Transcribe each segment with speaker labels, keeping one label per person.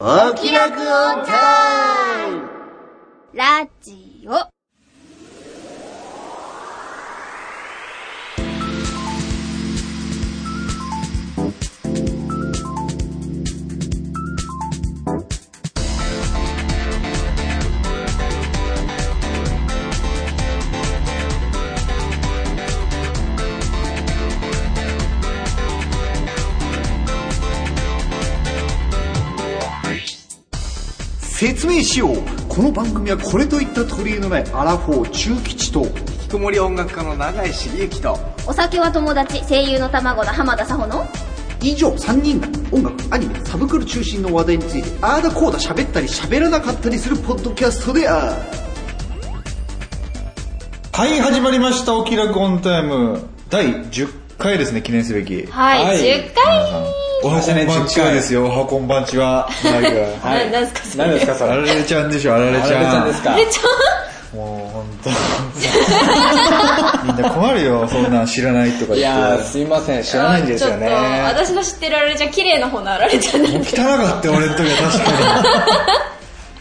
Speaker 1: お気楽オンタイム
Speaker 2: ラジオ。
Speaker 3: 説明しようこの番組はこれといった取り柄のないアラフォー中吉と
Speaker 1: 引きこもり音楽家の永井茂之と
Speaker 2: お酒は友達、声優の卵の浜田さほの。
Speaker 3: 以上3人が音楽アニメサブクル中心の話題についてああだこうだ喋ったり喋らなかったりするポッドキャストである
Speaker 4: はい、始まりました。お気楽オンタイム。第10回ですね、記念すべき。
Speaker 2: はい、
Speaker 5: はい
Speaker 2: 10
Speaker 4: おは
Speaker 5: はこんばんちは
Speaker 4: ですよ。おはこんばんちは。なんか
Speaker 2: 回。ななんすかそれ。
Speaker 5: 何ですかそれ
Speaker 4: あられちゃんでしょ、あられ
Speaker 5: あ
Speaker 4: ち
Speaker 5: られちゃん
Speaker 4: ゃん。
Speaker 5: ですか
Speaker 4: もう、ほんと。みんな困るよ、そんなん知らないとか
Speaker 5: い
Speaker 4: 言
Speaker 5: やー
Speaker 4: って。
Speaker 5: すいません知らないんですよね
Speaker 6: あちょっと私の知ってるあれじゃ綺麗な方のあられちゃんなんで
Speaker 4: 汚かったよ、俺の時は確かに。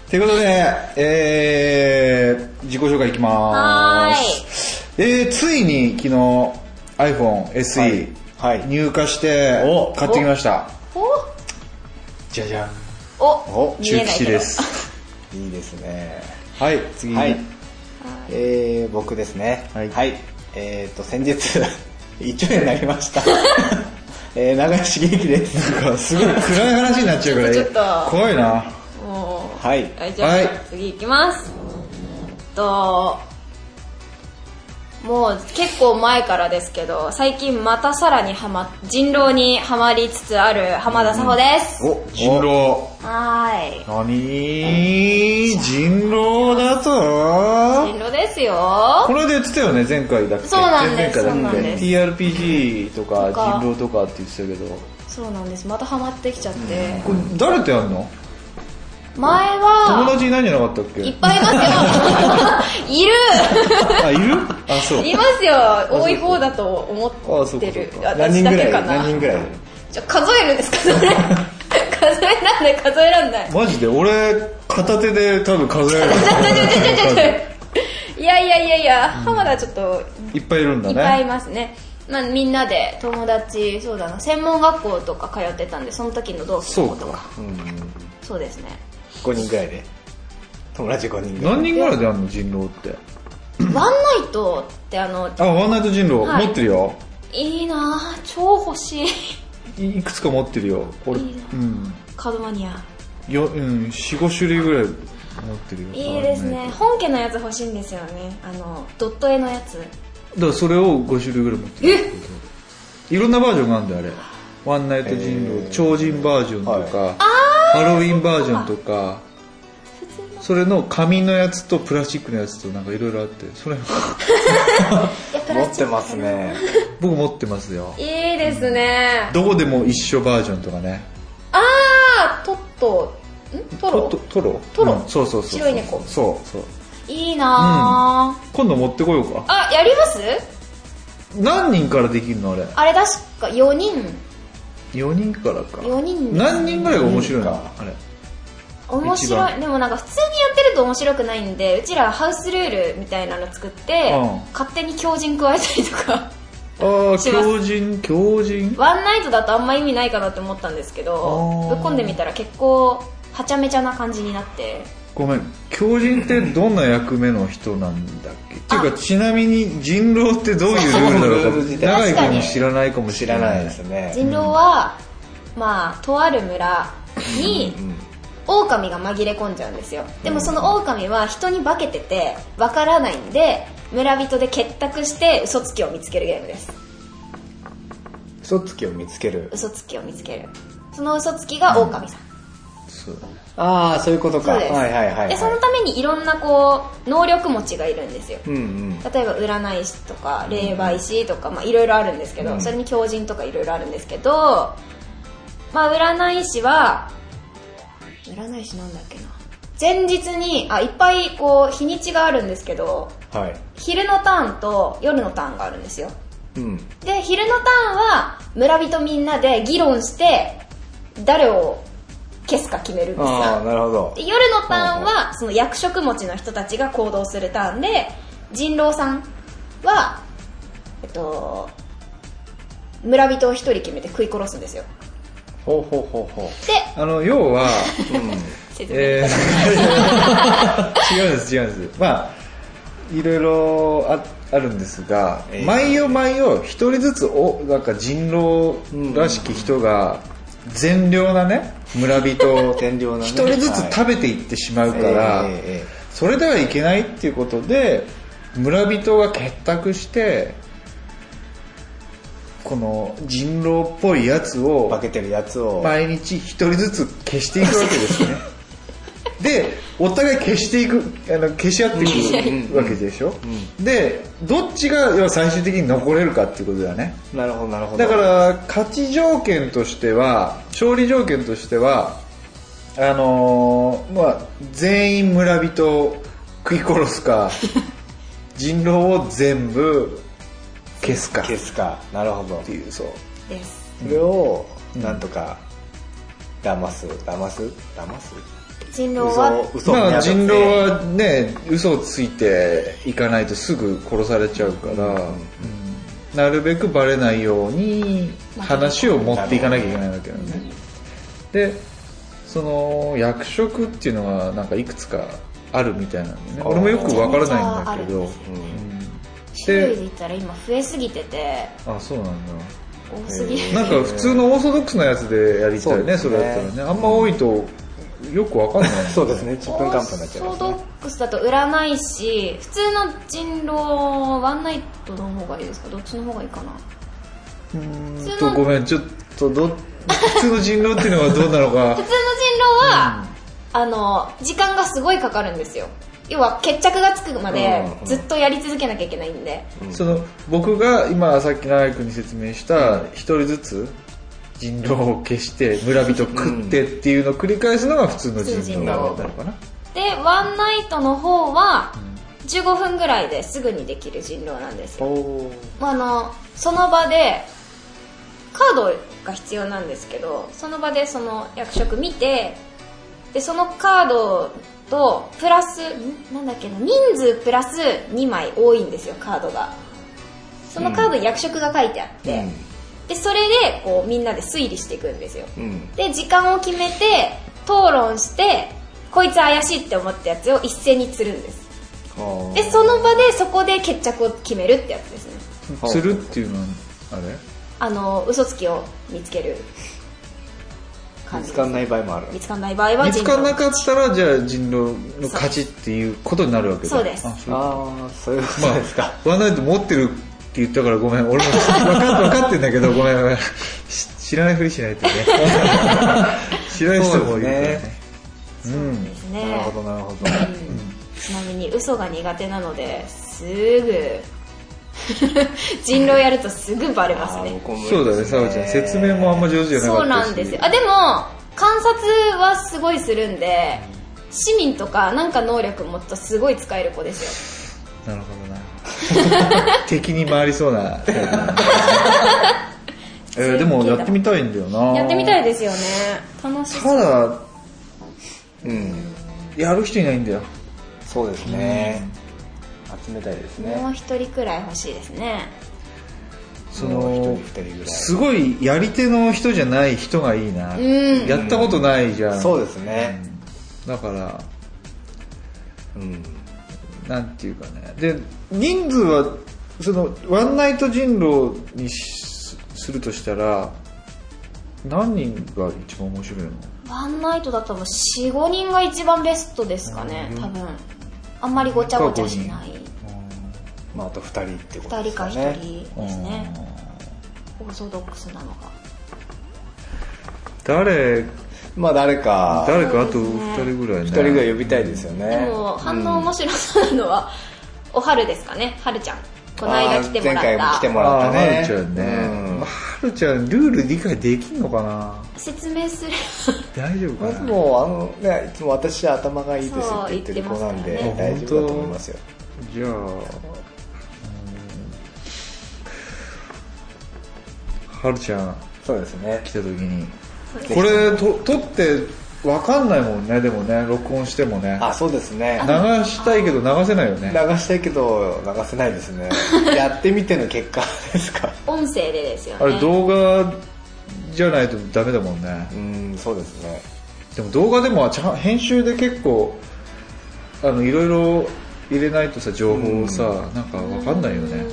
Speaker 4: ということで、えー、自己紹介いきまーす。えー、ついに昨日 iPhone SE、
Speaker 5: はいはい
Speaker 4: 入荷して
Speaker 5: お
Speaker 4: 買ってきました。
Speaker 5: じゃじゃん
Speaker 6: お
Speaker 4: 中吉で。
Speaker 6: 見えないけど
Speaker 4: す。
Speaker 5: いいですね
Speaker 4: はい、次。
Speaker 5: はいえー、僕ですね
Speaker 4: はい
Speaker 5: えー、と先日 1兆円になりました えー、長井茂之です
Speaker 4: なんかすごい暗い話になっちゃうから
Speaker 6: ちょっと
Speaker 4: 怖いな
Speaker 6: もう。
Speaker 5: はい
Speaker 6: はい、じゃあ、
Speaker 4: はい
Speaker 6: 次行きます。と、もう結構前からですけど、最近またさらにハマ、人狼にハマりつつある浜田さほです。
Speaker 4: お人狼
Speaker 6: はーい。
Speaker 4: 何人狼だと
Speaker 6: 人狼ですよ。
Speaker 4: この間言ってたよね前回だっけ
Speaker 6: そうなんです
Speaker 4: 前々回だっ
Speaker 6: そうなん
Speaker 4: け
Speaker 6: です
Speaker 4: TRPG とか
Speaker 6: とか
Speaker 4: 人狼とかって言ってたけど
Speaker 6: そうなんです。またハマってきちゃって。
Speaker 4: これ誰とやんの
Speaker 6: 前
Speaker 4: 友
Speaker 6: は、
Speaker 4: 達いないんじゃなかったっけ
Speaker 6: いっぱいいますよ。いる
Speaker 4: あいるあそう
Speaker 6: いますよ多い方だと思
Speaker 4: あ
Speaker 6: っ
Speaker 4: そう
Speaker 6: て
Speaker 4: かそう
Speaker 6: る
Speaker 4: か
Speaker 5: 何
Speaker 6: 私
Speaker 5: 人
Speaker 6: だ
Speaker 5: ぐら
Speaker 6: け
Speaker 5: い
Speaker 6: かな
Speaker 5: 何人ぐらい
Speaker 6: じゃ数えるんですかそ れ数えらんない数えらんない
Speaker 4: マジで俺片手で多分数え る
Speaker 6: いやいやいやいや浜田ちょっと
Speaker 4: いっぱいいるん
Speaker 6: い
Speaker 4: だ
Speaker 6: っぱいい
Speaker 4: ね
Speaker 6: ますねまあ、みんなで友達そうだな専門学校とか通ってたんでその時の同期の子とかそうですね
Speaker 5: 5人ぐらいで友達5人ぐらい
Speaker 4: 何人ぐらいでやんの人狼って
Speaker 6: ワンナイトってあの
Speaker 4: あワンナイト人狼
Speaker 6: はい
Speaker 4: 持ってるよ
Speaker 6: いいなぁ超欲しい
Speaker 4: いいくつか持ってるよ俺
Speaker 6: いいな
Speaker 4: うん
Speaker 6: カードマニア
Speaker 4: ようん45種類ぐらい持ってるよ
Speaker 6: いいですね本家のやつ欲しいんですよねあのドット絵のや
Speaker 4: だ
Speaker 6: つ
Speaker 4: からそれを5種類ぐらい持ってるいろんなバージョンがあるんだよあれワンナイト人狼、超人バージョンとか、ハロウィンバージョンとかそれの紙のやつとプラスチックのやつとなんかいろいろあってそれ
Speaker 5: 持ってますね
Speaker 4: 僕持ってますよ
Speaker 6: いいですね。
Speaker 4: どこでも一緒バージョンとかね
Speaker 6: あー、トット、んトロ
Speaker 4: トトロ
Speaker 6: トロ
Speaker 4: うんそうそうそう
Speaker 6: 白い猫
Speaker 4: そうそう
Speaker 6: いいなぁ、
Speaker 4: 今度持ってこようか
Speaker 6: あ、やります
Speaker 4: 何人からできるのあれ
Speaker 6: あれ確か4人、
Speaker 4: 4人からか
Speaker 6: 4人で
Speaker 4: 何人ぐらいが面白いのあれ
Speaker 6: 面
Speaker 4: 一
Speaker 6: 白い。
Speaker 4: 番
Speaker 6: でもなんか普通にやってると面白くないんで、うちらハウスルールみたいなの作って、
Speaker 4: うん
Speaker 6: 勝手に強人加えたりとか。
Speaker 4: ああ
Speaker 6: します
Speaker 4: 強人強人
Speaker 6: ワンナイトだとあんま意味ないかなって思ったんですけど、
Speaker 4: あー
Speaker 6: ぶっ込んでみたら結構、はちゃめちゃな感じになって。
Speaker 4: ごめん強人ってどんな役目の人なんだっけっていうかちなみに人狼ってどういうルールだろう
Speaker 5: そうルール自体
Speaker 4: か長井君知らないかもし
Speaker 5: 知
Speaker 4: れ
Speaker 5: ら
Speaker 4: な
Speaker 5: ないいですね
Speaker 6: 人狼は、まあ、とある村に、狼が紛れ込んじゃうんですよ。でもその狼は人に化けてて、わからないんで、村人で結託して嘘つきを見つけるゲームです。
Speaker 5: 嘘つきを見つける
Speaker 6: 嘘つきを見つける。その嘘つきが狼さん。
Speaker 4: そう
Speaker 5: ああそういうことか
Speaker 6: そう
Speaker 5: はい
Speaker 6: です。
Speaker 5: はいはいはい
Speaker 6: で、そのためにいろんなこう、能力持ちがいるんですよ。
Speaker 5: うんうん
Speaker 6: 例えば占い師とか霊媒師とかまあいろいろあるんですけど、
Speaker 5: うん
Speaker 6: それに狂人とかいろいろあるんですけど、まあ、占い師は占い師なんだっけな前日にあいっぱいこう日にちがあるんですけど
Speaker 5: はい
Speaker 6: 昼のターンと夜のターンがあるんですよ
Speaker 5: うん
Speaker 6: で昼のターンは村人みんなで議論して誰を消すか決めるんです
Speaker 5: ああ、
Speaker 6: よ
Speaker 5: なるほど
Speaker 6: で。夜のターンはその役職持ちの人たちが行動するターンで人狼さんはえっと村人を一人決めて食い殺すんですよ
Speaker 5: ほうほうほうほ
Speaker 6: で
Speaker 4: あの要は、
Speaker 5: う。うん。
Speaker 6: 説明
Speaker 4: えー 違うんです違うんですまあいろいろああるんですが、
Speaker 5: えー
Speaker 4: 毎夜毎夜一人ずつおなんか人狼らしき人が善良なね村人を
Speaker 5: 善良なね
Speaker 4: 一人ずつ食べていってしまうから、
Speaker 5: えーえ
Speaker 4: それではいけないっていうことで村人が結託してこの人狼っぽいやつ
Speaker 5: ー
Speaker 4: を
Speaker 5: 化けてるやつを。
Speaker 4: 毎日一人ずつ消していくわけですねでお互い消していくあの消し合っていくわけでしょ、でどっちが要は最終的に残れるかっていうことだね
Speaker 5: なるほど、なるほど。
Speaker 4: だか、ら勝ち条件としては勝利条件としてはあのーまあ、全員村人を食い殺す か人狼を全部消すかっ
Speaker 5: 消すか。なるほど
Speaker 4: て。いうそう
Speaker 6: です
Speaker 5: それを、なんとか、騙す。騙す騙す嘘
Speaker 6: 人狼は
Speaker 5: を、嘘を見
Speaker 4: ま
Speaker 5: 破
Speaker 4: あ
Speaker 5: って
Speaker 4: 人狼はね嘘をついていかないとすぐ殺されちゃうから、うんなるべくバレないように話を持っていかなきゃいけないわけだね、でその役職っていうのはなんかいくつかあるみたいなんでね
Speaker 5: あー
Speaker 4: 俺もよくわからないんだけ
Speaker 6: あ
Speaker 4: ど
Speaker 6: る
Speaker 5: うん。
Speaker 6: 種類で言ったら今増えすぎてて
Speaker 4: あそうなんだ
Speaker 6: 多すぎる
Speaker 4: なんか普通のオーソドックスなやつでやりたいねそ
Speaker 5: そうですね
Speaker 4: れだったらねあんま多いとよくわかんない
Speaker 5: そうですね、ちんぷんかんぷんになっちゃい
Speaker 6: ソ
Speaker 5: ま
Speaker 6: ー
Speaker 5: すね
Speaker 6: ドックスだと占い師普通の人狼ワンナイトの方がいいですかどっちの方がいいかな
Speaker 4: ちょっ
Speaker 6: 普通
Speaker 4: と
Speaker 6: の
Speaker 4: ごめんちょっとど普通の人狼っていうのはどうなのか
Speaker 6: 普通の人狼は、あの時間がすごいかかるんですよ要は決着がつくまで
Speaker 5: うん
Speaker 6: ずっとやり続けなきゃいけないんで、
Speaker 4: その僕が今さっき長井君に説明した一人ずつ人狼を消して村人を食ってっていうのを繰り返すのが普通の人狼なのかな
Speaker 6: でワンナイトの方は15分ぐらいですぐにできる人狼なんですよ、
Speaker 5: おー
Speaker 6: まあ、あのその場でカードが必要なんですけどその場でその役職見てでそのカードとプラスんなんだっけな人数プラス2枚多いんですよカードがそのカードに役職が書いてあって、でそれでこうみんなで推理していくんですよ、
Speaker 5: うん。
Speaker 6: で時間を決めて討論してこいつ怪しいって思ったやつを一斉に釣るんです
Speaker 5: ほ
Speaker 6: でその場でそこで決着を決めるってやつですね
Speaker 5: うん
Speaker 4: するっていうのはあれ
Speaker 6: あの嘘つきを見つける
Speaker 5: う
Speaker 6: 感
Speaker 5: 見
Speaker 6: じ
Speaker 5: つ
Speaker 6: で
Speaker 5: か
Speaker 6: す
Speaker 5: んない場合もある。
Speaker 6: 見つかんない場合は
Speaker 4: 見つからな
Speaker 6: 人
Speaker 4: かったらじゃあ人狼の勝ちっていうことになるわけだ
Speaker 6: そうです
Speaker 4: あそういうこ
Speaker 5: ああ、そういうこと
Speaker 4: ま
Speaker 5: ですか。
Speaker 4: あワンナイト持ってるって言ったからごめん俺も分 か分かってんだけどごめんごめんし知らないふりしない とね知らない人もいるから
Speaker 5: そうですね
Speaker 4: ねうん
Speaker 6: 狼ですね
Speaker 5: なるほど、なるほど。
Speaker 6: ちなみに嘘が苦手なのですぐ 人狼やるとすぐバレます
Speaker 5: あー
Speaker 6: ね
Speaker 5: 僕も無理
Speaker 4: そうだね、サオちゃん。説明もあんま上手じゃなかったし。
Speaker 6: そうなんですよあでも観察はすごいするんで市民とかなんか能力持つとすごい使える子ですよ
Speaker 4: なるほどな。 敵に回りそうな。えーでもやってみたいんだよな。
Speaker 6: やってみたいですよね楽しそ
Speaker 4: た
Speaker 6: う
Speaker 4: だ、
Speaker 5: うん。
Speaker 4: やる人いないんだよ。
Speaker 5: そうですね。集めたいです
Speaker 6: も
Speaker 5: ね
Speaker 6: う。一人くらい欲しいですね
Speaker 4: そ
Speaker 5: もう
Speaker 4: の
Speaker 5: 一人二人ぐらい
Speaker 4: すごいやり手の人じゃない人がいいな。
Speaker 6: ん
Speaker 4: やったことないじゃん。
Speaker 5: そうですね。
Speaker 4: だから、
Speaker 5: うん。
Speaker 4: なんていうかね。で、人数は、その、ワンナイト人狼にしするとしたら、何人が一番面白いの
Speaker 6: ワンナイトだともう45人が一番ベストですかね多分あんまりごちゃごちゃしない
Speaker 5: まあ、あと二人ってこと
Speaker 6: 2
Speaker 5: で
Speaker 6: 人
Speaker 5: す
Speaker 6: か
Speaker 5: か
Speaker 6: 1
Speaker 5: ね。
Speaker 6: 人ですねオーソドックスなのが
Speaker 4: 誰、
Speaker 5: まあ、誰か、
Speaker 4: 誰かあと2人ぐらいね。
Speaker 5: 二人ぐらい呼びたいですよね。
Speaker 6: でも反応面白そうなのはおはるですかねはるちゃんこの間来ても
Speaker 5: あー前
Speaker 6: ら
Speaker 5: 回
Speaker 6: っ
Speaker 5: も来て
Speaker 6: た
Speaker 5: もらった
Speaker 4: あーは
Speaker 5: ね。
Speaker 4: るちゃんね。
Speaker 5: うん
Speaker 4: まあはるちゃん、ルール理解できんのかな
Speaker 6: 説明する
Speaker 4: 大丈夫
Speaker 5: ま
Speaker 4: か
Speaker 5: ず
Speaker 4: な
Speaker 5: もうあのねいつも私は頭がいいです
Speaker 6: そ
Speaker 5: っ
Speaker 6: う
Speaker 5: て言ってる子なんで、
Speaker 6: 言っ
Speaker 4: ま
Speaker 6: て
Speaker 5: 大
Speaker 4: す
Speaker 5: 丈
Speaker 4: か
Speaker 5: 夫
Speaker 4: らね
Speaker 5: だと思いますよ
Speaker 4: じゃあ、うんはるちゃん
Speaker 5: そうですね
Speaker 4: 来た時に、これと、撮ってわかんないもんね、でもね、録音してもね。
Speaker 5: あ、そうですね
Speaker 4: 流。したいけど流せないよ
Speaker 5: 流
Speaker 4: ね。
Speaker 5: したいけど、流せないです ね。やってみての結果ですか。
Speaker 6: 音声でですよね
Speaker 4: あれ動画じゃないとダメだもんね
Speaker 5: う。ーん、そうですね。
Speaker 4: でも動画でもちゃん編集で結構、あの、いろいろ入れないとさ、情報をさ、なんかわかんないよね。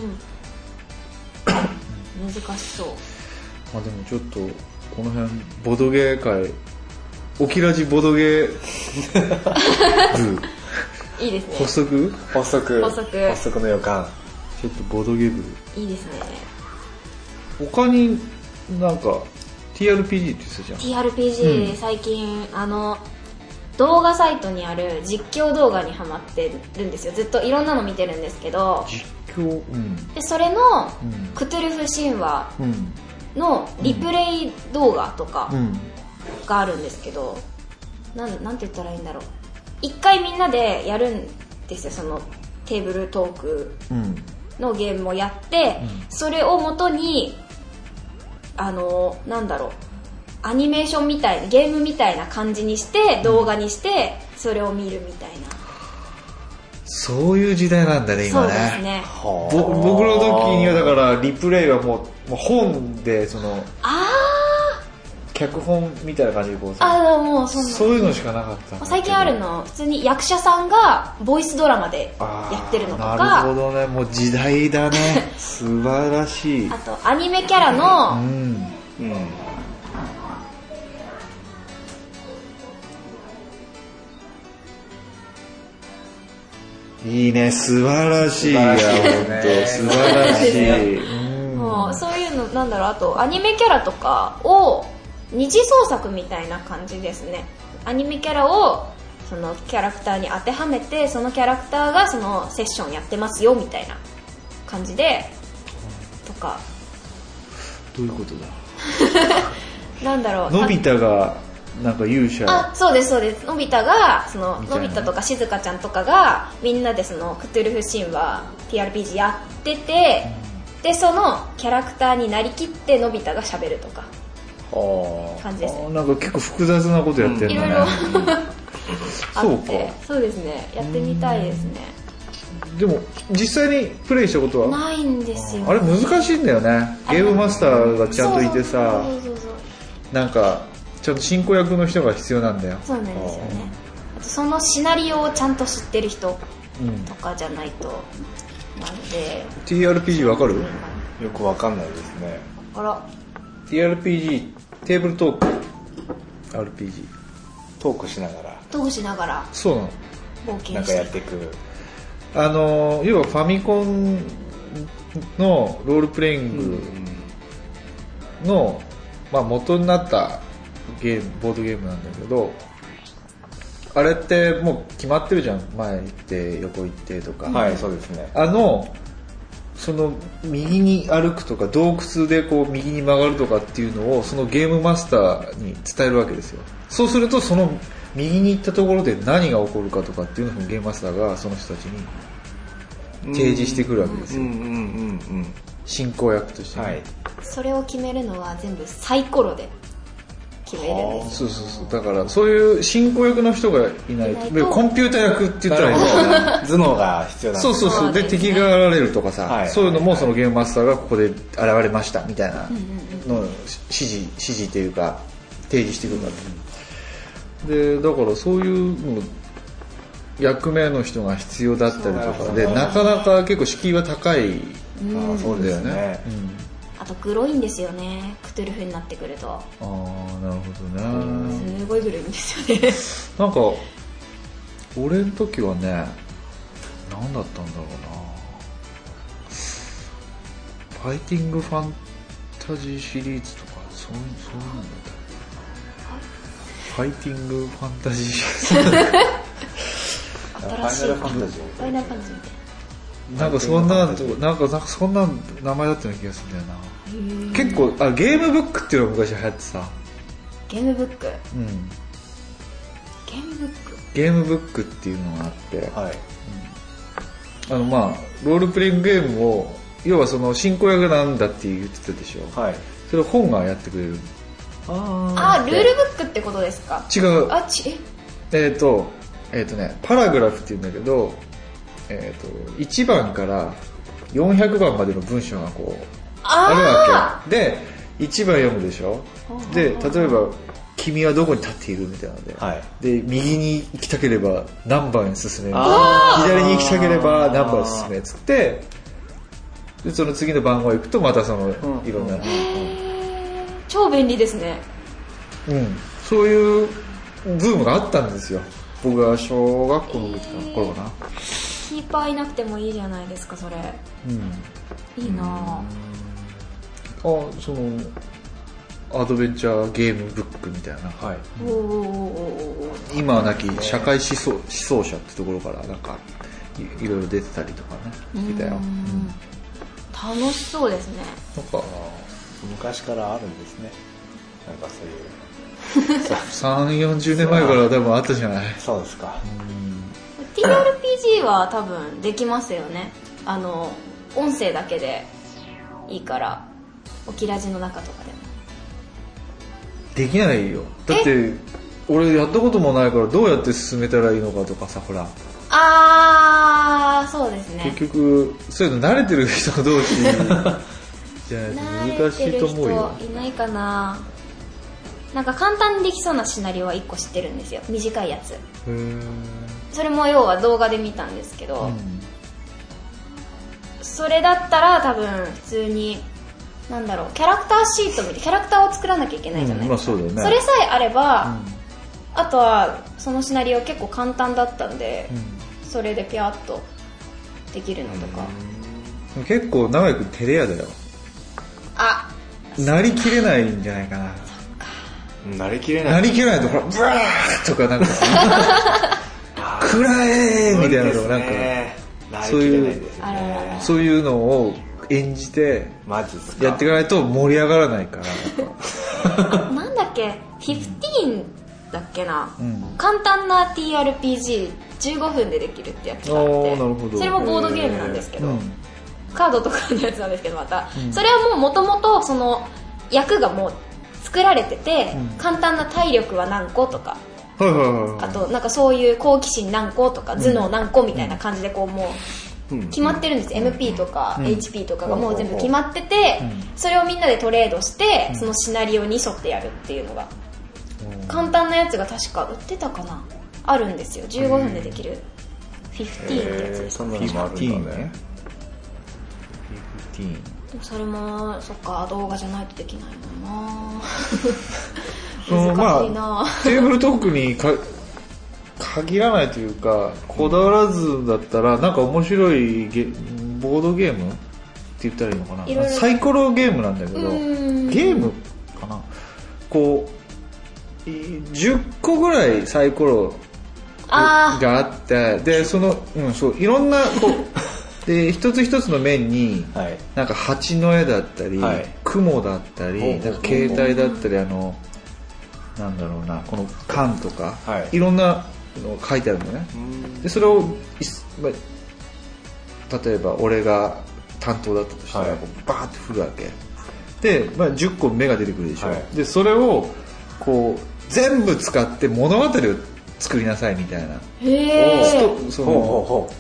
Speaker 6: うん難しそう
Speaker 4: まあでもちょっと、この辺、ボドゲー界、オキラジボドゲー部、
Speaker 6: いいですね
Speaker 4: 発足
Speaker 5: 発足。
Speaker 6: 発足
Speaker 5: 発足の予感。
Speaker 4: ちょっとボドゲ部。
Speaker 6: いいですね
Speaker 4: 他になんか TRPG って言ってたじゃん
Speaker 6: TRPG で最近、あの動画サイトにある実況動画にハマってるんですよずっといろんなの見てるんですけど
Speaker 4: 実況うん
Speaker 6: でそれの
Speaker 4: ん
Speaker 6: クトゥルフ神話
Speaker 4: うん
Speaker 6: のリプレイ動画とか
Speaker 4: うん
Speaker 6: があるんですけど、なんなんて言ったらいいんだろう一回みんなでやるんですよそのテーブルトーク
Speaker 4: うん
Speaker 6: のゲームをやって、それを元にあのなんだろうアニメーションみたいなゲームみたいな感じにして動画にしてそれを見るみたいな、
Speaker 4: そういう時代なんだね今
Speaker 6: そう
Speaker 4: ね
Speaker 6: ですね
Speaker 4: ぼ僕の時にはだからリプレイはもうもう本でその
Speaker 6: あ
Speaker 4: 脚本みたいな感じでこう
Speaker 6: ーあ
Speaker 4: さ
Speaker 6: でももうそんな
Speaker 4: そういうのしかなかったんだけど
Speaker 6: 最近あるの普通に役者さんがボイスドラマで
Speaker 4: あー
Speaker 6: やってるのと
Speaker 4: なるほ
Speaker 6: か
Speaker 4: どねもう時代だ ね素晴らしい
Speaker 6: あとアニメキャラ
Speaker 4: う
Speaker 6: の
Speaker 4: ん
Speaker 5: うん。
Speaker 4: いいね素晴らしいよ本
Speaker 5: 素晴らしいね
Speaker 4: 当素晴らしいうん
Speaker 6: もうそういうのなんだろうあとアニメキャラとかを二次創作みたいな感じですねアニメキャラをそのキャラクターに当てはめてそのキャラクターがそのセッションやってますよみたいな感じでとか
Speaker 4: どういうことだ
Speaker 6: なんだろう
Speaker 4: のび太がなんか勇者
Speaker 6: あそうですそうですのび太がその
Speaker 4: みたい
Speaker 6: の
Speaker 4: な
Speaker 6: び太とかしずかちゃんとかがみんなでそのクトゥルフ神話 TRPG やってて、でそのキャラクターになりきってのび太が喋るとか
Speaker 5: はあ。
Speaker 6: 感じですね
Speaker 4: なんか結構複雑なことやって
Speaker 6: い
Speaker 4: ん
Speaker 6: ろ
Speaker 4: だ
Speaker 6: い
Speaker 4: ね
Speaker 6: ろ、あ
Speaker 4: そう
Speaker 6: っ
Speaker 4: か
Speaker 6: てそうですねやってみたいですね
Speaker 4: でも実際にプレイしたことは
Speaker 6: ないんですよ
Speaker 4: あれ難しいんだよねゲームマスターがちゃんといてさ
Speaker 6: そうそうそうそう
Speaker 4: なんかちゃんと進行役の人が必要なんだよ
Speaker 6: そうなんですよねあとそのシナリオをちゃんと知ってる人
Speaker 4: うん
Speaker 6: とかじゃないとなので
Speaker 4: TRPG わかる
Speaker 5: よくわかんないですね。
Speaker 6: だから
Speaker 4: ?TRPG テーブルトーク RPG
Speaker 5: トークしながら、
Speaker 6: トークしながら
Speaker 4: そうなの
Speaker 6: 冒険
Speaker 5: なん
Speaker 6: し
Speaker 5: か
Speaker 6: て
Speaker 5: やっていく。
Speaker 4: あの要はファミコンのロールプレイングの、まあ、元になったゲームボードゲームなんだけどあれってもう決まってるじゃん前行って横行ってとか、
Speaker 5: はい、そうですね。
Speaker 4: あのその右に歩くとか洞窟でこう右に曲がるとかっていうのをそのゲームマスターに伝えるわけですよそうするとその右に行ったところで何が起こるかとかっていうのをゲームマスターがその人たちに提示してくるわけです
Speaker 5: う
Speaker 4: よ、
Speaker 5: んうんうん
Speaker 4: 進行役として
Speaker 5: うん。
Speaker 4: ね、
Speaker 5: はい。
Speaker 6: それを決めるのは全部サイコロで決めるんです
Speaker 4: そうそうそうだからそういう進行役の人がいないと
Speaker 6: いないと
Speaker 4: コンピューター役って言ったらいいんだよね
Speaker 5: なるほど。頭脳が必要なんです
Speaker 4: そ
Speaker 5: ね
Speaker 4: うそうそうで敵が現れるとかさ、
Speaker 5: はい
Speaker 4: そういうのもそのゲームマスターがここで現れましたみたいなのを指示指示というか提示してくるわけ、でだからそういうの役目の人が必要だったり
Speaker 5: そ
Speaker 4: と
Speaker 5: う
Speaker 4: か
Speaker 5: なん
Speaker 4: で
Speaker 5: ですね
Speaker 4: なかなか結構敷居は高い
Speaker 5: ああそうです
Speaker 4: だよね
Speaker 5: ね。
Speaker 6: あとグロいんですよねクトゥルフになってくると
Speaker 4: ああなるほどね
Speaker 6: すごいグロいんですよね
Speaker 4: なんか俺の時はね何だったんだろうなファイティングファンタジーシリーズとかそういうそういうのだったよねファイティングファンタジーシリー
Speaker 5: フ
Speaker 6: 新し
Speaker 5: ァ
Speaker 6: い
Speaker 5: イナル
Speaker 6: フ
Speaker 5: ファンタジー。
Speaker 6: ァイナルファンタジーみたい
Speaker 4: ズなんかそんななんかなんかそんな名前だったような気がするんだよな結構あゲームブックっていうのが昔流行ってさ、
Speaker 6: ゲームブック
Speaker 4: うん、
Speaker 6: ゲームブック
Speaker 4: ゲームブックっていうのがあって、
Speaker 5: はい。
Speaker 4: あのまあロールプレイングゲームを要はその進行役なんだって言ってたでしょ
Speaker 5: はい。
Speaker 4: それを本がやってくれるあ
Speaker 6: あールールブックってことですか
Speaker 4: ー違う
Speaker 6: あちえ
Speaker 4: えっ、とえっ、とねパラグラフっていうんだけど、えー、と1番から400番までの文章がこうあるわけで1番読むでしょで例えば「君はどこに立っている?」みたいなので,、
Speaker 5: はい
Speaker 4: で右に行きたければ何番に進め
Speaker 5: あー
Speaker 4: 左に行きたければ何番に進めっつってでその次の番号行くとまたそのいろんな、
Speaker 6: 超便利ですね
Speaker 4: うん、そういうブームがあったんですよ僕が小学校の時かな頃かな、
Speaker 6: キーパーいなくてもいいじゃないですかそれいいなぁ
Speaker 4: うん、あそのアドベンチャーゲームブックみたいな、
Speaker 5: はい
Speaker 6: おーおーおーおーおー
Speaker 4: 今はなき社会思想思想者ってところからなんかいいろいろ出てたりとかね出たよ、うん
Speaker 6: 楽しそうですね
Speaker 4: なんか
Speaker 5: 昔からあるんですねなんかそういう
Speaker 4: 3 4 0年前から多分あったじゃない
Speaker 5: そうですか
Speaker 6: TRPG は多分できますよねあの音声だけでいいからオキラジの中とかでも
Speaker 4: できないよだって俺やったこともないからどうやって進めたらいいのかとかさほら
Speaker 6: あーそうですね
Speaker 4: 結局そういうの慣れてる人同士じゃ ないと難しいと思うよ
Speaker 6: 慣れてる人いないかななんか簡単にできそうなシナリオは1個知ってるんですよ短いやつ
Speaker 4: へー
Speaker 6: それも要は動画で見たんですけど、
Speaker 4: うん
Speaker 6: それだったら多分普通になんだろうキャラクターシートみたいなキャラクターを作らなきゃいけないじゃない
Speaker 4: ま
Speaker 6: で
Speaker 4: あ
Speaker 6: すか、
Speaker 4: そうだよね
Speaker 6: それさえあれば、あとはそのシナリオ結構簡単だったんで、それでピャーっとできるのとか、
Speaker 4: うん結構長井君照れ屋だよ
Speaker 6: あ
Speaker 4: なりきれないんじゃないかな
Speaker 5: 慣れきれ
Speaker 4: な
Speaker 5: ない
Speaker 4: りきれないとほらブワーとかなんかさ「くらえ!」みたいなのとかなんか
Speaker 5: か
Speaker 4: そ
Speaker 5: そ
Speaker 4: う
Speaker 5: う
Speaker 4: いう
Speaker 5: いうですよね
Speaker 4: そういうのを演じて
Speaker 5: マジですか
Speaker 4: やっていかないと盛り上がらないから
Speaker 6: なんだっけ15だっけな、
Speaker 4: ん
Speaker 6: 簡単な TRPG15 分でできるってやつがあっ
Speaker 4: お
Speaker 6: て
Speaker 4: ーなるほど
Speaker 6: それもボードゲームなんですけど、
Speaker 4: うん
Speaker 6: カードとかのやつなんですけどまた、それはもうもともとその役がもう作られてて、簡単な体力は何個とか
Speaker 4: はいはいはい
Speaker 6: あ
Speaker 4: は
Speaker 6: となんかそういう好奇心何個とか頭脳何個みたいな感じでこうもう決まってるんです、MP とか HP とかがもう全部決まってて、それをみんなでトレードして、そのシナリオに沿ってやるっていうのが、簡単なやつが確か売ってたかなあるんですよ15分でできる15ってや
Speaker 5: え
Speaker 6: つ
Speaker 5: ー
Speaker 6: です
Speaker 5: そんなの
Speaker 4: い
Speaker 5: もあ
Speaker 4: ティ
Speaker 5: る
Speaker 4: ー
Speaker 5: ん
Speaker 4: ン
Speaker 5: だ
Speaker 4: ね
Speaker 5: ね
Speaker 4: ティーン
Speaker 6: でもそれもそっか動画じゃないとできないもんな
Speaker 4: そのまあ
Speaker 6: 難しいな、
Speaker 4: テーブルトークにか限らないというかこだわらずだったらなんか面白いゲボードゲームって言ったらいいのかない
Speaker 6: ろいろ
Speaker 4: サイコロゲームなんだけど
Speaker 6: うん
Speaker 4: ゲームかなこうい10個ぐらいサイコロ
Speaker 6: あ
Speaker 4: があってでその、うん、そういろんなこ うで一つ一つの面に、
Speaker 5: はい
Speaker 4: なんか蜂の絵だったり、
Speaker 5: はい
Speaker 4: 雲だった
Speaker 5: ほうほ
Speaker 4: り
Speaker 5: うほう
Speaker 4: なんか携帯だったりあのなんだろうなこの缶とか、
Speaker 5: はい
Speaker 4: いろんなのが書いてあるのねでそれをいすまあ例えば俺が担当だったとしたら、
Speaker 5: はい
Speaker 4: こうバーって振るわけで、まあ、10個目が出てくるでしょ、
Speaker 5: はい
Speaker 4: でそれをこう全部使って物語を作りなさいみたいな、
Speaker 6: ーへ
Speaker 4: ス
Speaker 6: え
Speaker 4: トそ
Speaker 5: ほう
Speaker 4: の
Speaker 5: ほうほ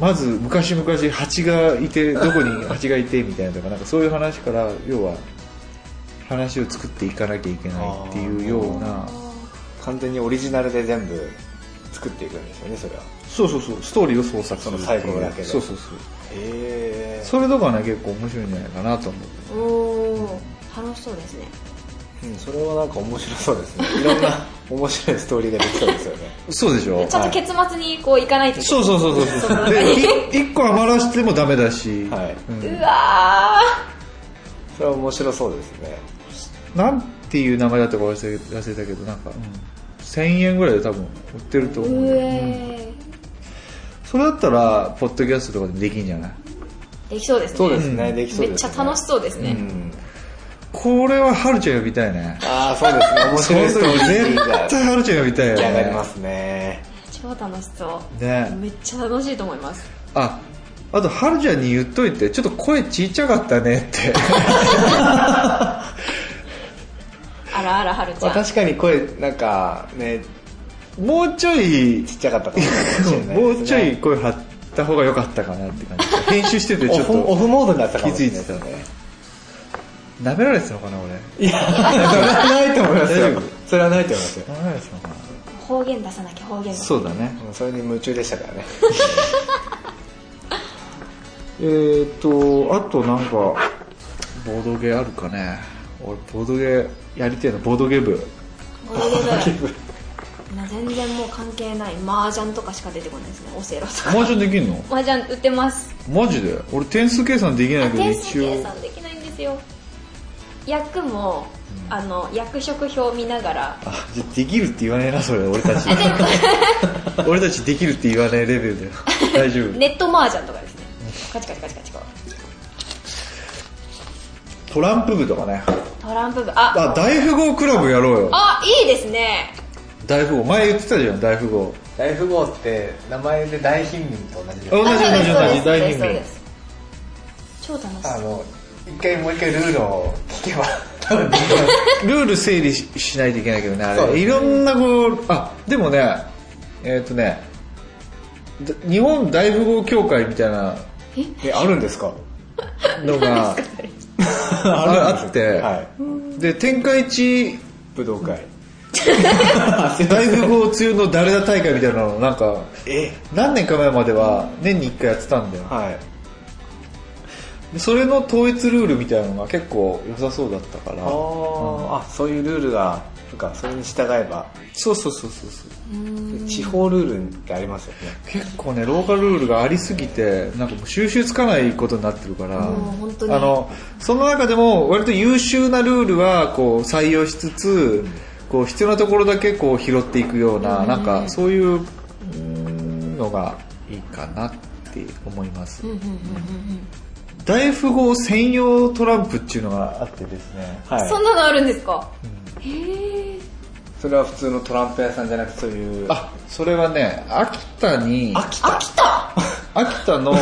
Speaker 4: まず昔々蜂がいてどこに蜂がいてみたいなとかなんかそういう話から要は話を作っていかなきゃいけないっていうような
Speaker 5: う完全にオリジナルで全部作っていくんですよねそれは
Speaker 4: そうそうそうストーリーを創作するっていう
Speaker 5: その最後だけで
Speaker 4: そうそうそう
Speaker 5: へ
Speaker 4: それとかね結構面白いんじゃないかなと思う
Speaker 6: おおー楽しそうですね
Speaker 5: え、うん、それはなんか面白そうですね いろんな面白いストーリーができそうですよね
Speaker 4: そうでしょ
Speaker 6: ちゃんと結末にこういかないといけ
Speaker 4: そ
Speaker 6: な
Speaker 4: う
Speaker 6: い
Speaker 4: そうそうそう
Speaker 6: その中
Speaker 4: で
Speaker 6: に
Speaker 4: い一個余らしてもダメだし、
Speaker 5: はい
Speaker 4: うん
Speaker 6: うわ
Speaker 5: それは面白そうですね
Speaker 4: なんていう名前だったか忘れ忘れたけどなんか、1000円ぐらいで多分売ってると思
Speaker 6: ー
Speaker 4: うん
Speaker 6: う
Speaker 4: だよ
Speaker 6: え
Speaker 4: それだったらポッドキャストとかでできんじゃない
Speaker 6: ーできそうですね
Speaker 5: そうですね、
Speaker 4: うん
Speaker 5: できそう
Speaker 6: めっ
Speaker 5: で
Speaker 6: ち
Speaker 5: す、
Speaker 6: ゃ
Speaker 5: ね、
Speaker 6: 楽しそうですね、
Speaker 5: うん
Speaker 4: これは春ちゃん呼びたいね
Speaker 5: ああそうですね面
Speaker 4: そう
Speaker 5: 白いス
Speaker 4: そう
Speaker 5: トーリー
Speaker 4: 絶
Speaker 5: が
Speaker 4: 対春ちゃん呼びたいよ
Speaker 5: 出来上がり
Speaker 4: ね
Speaker 5: ますね
Speaker 6: 超楽しそう、
Speaker 4: ね
Speaker 6: めっちゃ楽しいと思います
Speaker 4: ああと春ちゃんに 言っといてちょっと声ちっちゃかったねって
Speaker 6: あらあらはるち
Speaker 5: ま
Speaker 6: ゃ
Speaker 5: あ
Speaker 6: ん。
Speaker 5: 確かに声、なんかね、
Speaker 4: もうちょい
Speaker 5: ちっちゃか ったかもしれないですね。
Speaker 4: もうちょい声張った方が良かったかなって感じ編集してて
Speaker 5: オ
Speaker 4: ちょっ
Speaker 5: フ、オ
Speaker 4: と
Speaker 5: フモードになってたかもしれない
Speaker 4: 気づいて
Speaker 5: ね。
Speaker 4: 舐められてたのかな俺
Speaker 5: いや、ないと思います
Speaker 4: 大丈
Speaker 5: よ
Speaker 4: 夫。
Speaker 5: それはないと思いますよ。
Speaker 4: 舐められてたのか
Speaker 6: 方言出さなきゃ方言
Speaker 4: な
Speaker 6: 出さな
Speaker 4: そうだね
Speaker 5: うんそれに夢中でしたからね。
Speaker 4: えーとあとなんかボードゲーあるかね俺ボードゲーやりてえのボードゲー部
Speaker 6: きゃ。ボードゲームまあ全然もう関係ない。麻雀とかしか出てこないですね。オセロとか。
Speaker 4: マージャンできんの
Speaker 6: 麻雀売ってます。
Speaker 4: マジで俺点数計算できな
Speaker 6: あ
Speaker 4: いけど
Speaker 6: 点数
Speaker 4: 一
Speaker 6: 計
Speaker 4: 応
Speaker 6: 算できないんですよ。役も、あの、役職表見ながら。
Speaker 4: あじゃあできるって言わねえなそれ俺 たち俺たちできるって言わないレベルだよ大丈夫
Speaker 6: ネット麻雀とかですね。カチカチカチカチカ。
Speaker 4: トランプ部とかね
Speaker 6: トランプ部。あ、
Speaker 4: あ大富豪クラブやろうよ
Speaker 6: あ、いいですね。
Speaker 4: 大富豪前言ってたじゃん大富豪
Speaker 5: 大富豪って名前で大貧民と同じです
Speaker 4: 同じ同
Speaker 6: あそうで
Speaker 4: じ
Speaker 6: す
Speaker 4: 同
Speaker 6: そうで
Speaker 4: じ大
Speaker 6: すそうです
Speaker 4: 貧民
Speaker 6: そうです超楽し
Speaker 5: あ
Speaker 6: い。
Speaker 5: の、一回もう一回ルールを聞けば、多分
Speaker 4: ルール整理ししないといけないけどねあ
Speaker 5: そうですね
Speaker 4: れいろんなこうあでもねえっ、とねだ日本大富豪協会みたい な
Speaker 5: え、あるんですか
Speaker 4: のがああって、
Speaker 5: はい。
Speaker 4: で天下一
Speaker 5: 武道会。
Speaker 4: 大富豪中の誰だ大会みたいなのなんか
Speaker 5: え
Speaker 4: 何年か前までは年に1回やってたんだよ
Speaker 5: はい。
Speaker 4: でそれの統一ルールみたいなのが結構良さそうだったから
Speaker 5: あーあ、そういうルールが、とか、それに従えば、
Speaker 4: そうそうそうそうそう
Speaker 5: 地方ルールってありますよね。
Speaker 4: 結構ねローカルルールがありすぎてなんかもう収集つかないことになってるから
Speaker 6: もう本当に
Speaker 4: あのその中でも割と優秀なルールはこう採用しつつこう必要なところだけこう拾っていくようななんかそういううーんのがいいかなって思います大富豪専用トランプっていうのがあってですね
Speaker 5: はい
Speaker 6: そ。んなのあるんですか
Speaker 5: それは普通のトランプ屋さんじゃなくて、そういう、
Speaker 4: あそれはね秋田に
Speaker 5: 秋田
Speaker 6: 来た
Speaker 4: 秋 田の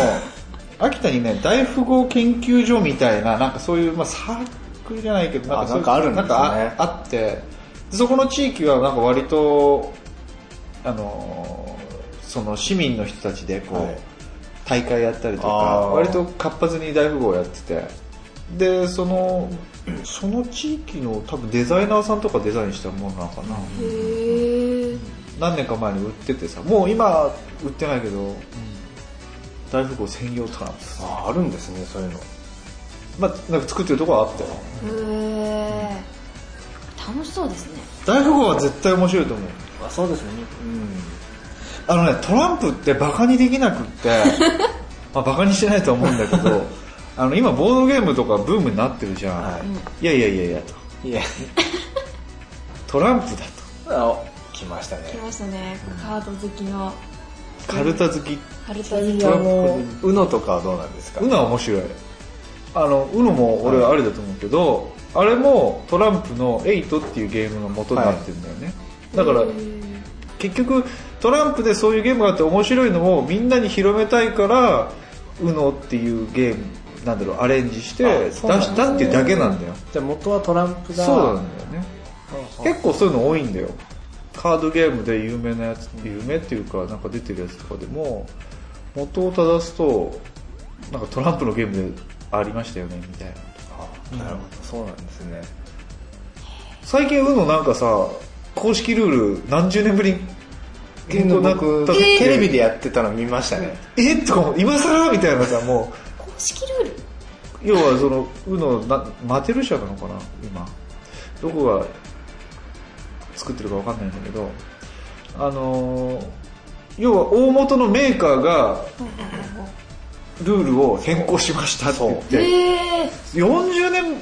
Speaker 4: 秋田にね大富豪研究所みたいななんかそういう、まあ、サークルじゃないけど
Speaker 5: あ
Speaker 4: そう
Speaker 5: な
Speaker 4: いう
Speaker 5: んかあるんですね
Speaker 4: なんかああってでそこの地域はなんか割とあのーその市民の人たちでこう、
Speaker 5: はい
Speaker 4: 大会やったりとか
Speaker 5: あー
Speaker 4: 割と活発に大富豪やっててでそ のその地域の多分デザイナーさんとかデザインしたものなのかな何年か前に売っててさもう今売ってないけど、大富豪専用トランプ
Speaker 5: ああるんですね、そういうの。
Speaker 4: まあなんか作ってるとこはあったよ
Speaker 6: へえ楽しそうですね
Speaker 4: 大富豪は絶対面白いと思う
Speaker 5: あそうですね。うん。
Speaker 4: あのねトランプってバカにできなくってまあバカにしてないとは思うんだけどあの今ボードゲームとかブームになってるじゃん、、
Speaker 5: はい
Speaker 4: やいやいやいやと
Speaker 5: い。いや、
Speaker 4: トランプだと
Speaker 5: あ、来ました
Speaker 6: 来
Speaker 5: ね。
Speaker 6: ましたねカード好きの
Speaker 4: カルタ好き
Speaker 6: 春田好き
Speaker 5: あ
Speaker 4: トラン
Speaker 6: の
Speaker 5: の、うのとかはどうなんですか
Speaker 4: うのは面白いあのうのも俺はありだと思うけど、あれもトランプの「エイトっていうゲームの元になってるんだよね、だから結局トランプでそういうゲームがあって面白いのをみんなに広めたいから「うのっていうゲームなんだろうアレンジして出
Speaker 5: あそうなんです
Speaker 4: し
Speaker 5: ね
Speaker 4: たっていうだけなんだよ
Speaker 5: じゃあ元はトランプが、
Speaker 4: そうなんだよね結構そういうの多いんだよカードゲームで有名なやつ有名っていうかなんか出てるやつとかでも元を正すとなんかトランプのゲームでありましたよねみたいな
Speaker 5: あなるほど、そうなんですね。
Speaker 4: 最近 UNO なんかさ公式ルール何十年ぶりに
Speaker 5: っていうの僕、
Speaker 4: だって
Speaker 5: テレビでやってたの見ましたね。
Speaker 4: えっとかも今更みたいなさも
Speaker 6: 公式ルール
Speaker 4: う要はその UNO なマテル社なのかな今どこが作ってるかわかんないんだけどあのー要は大元のメーカーがルールを変更しましたって言って
Speaker 6: へえ
Speaker 4: 40年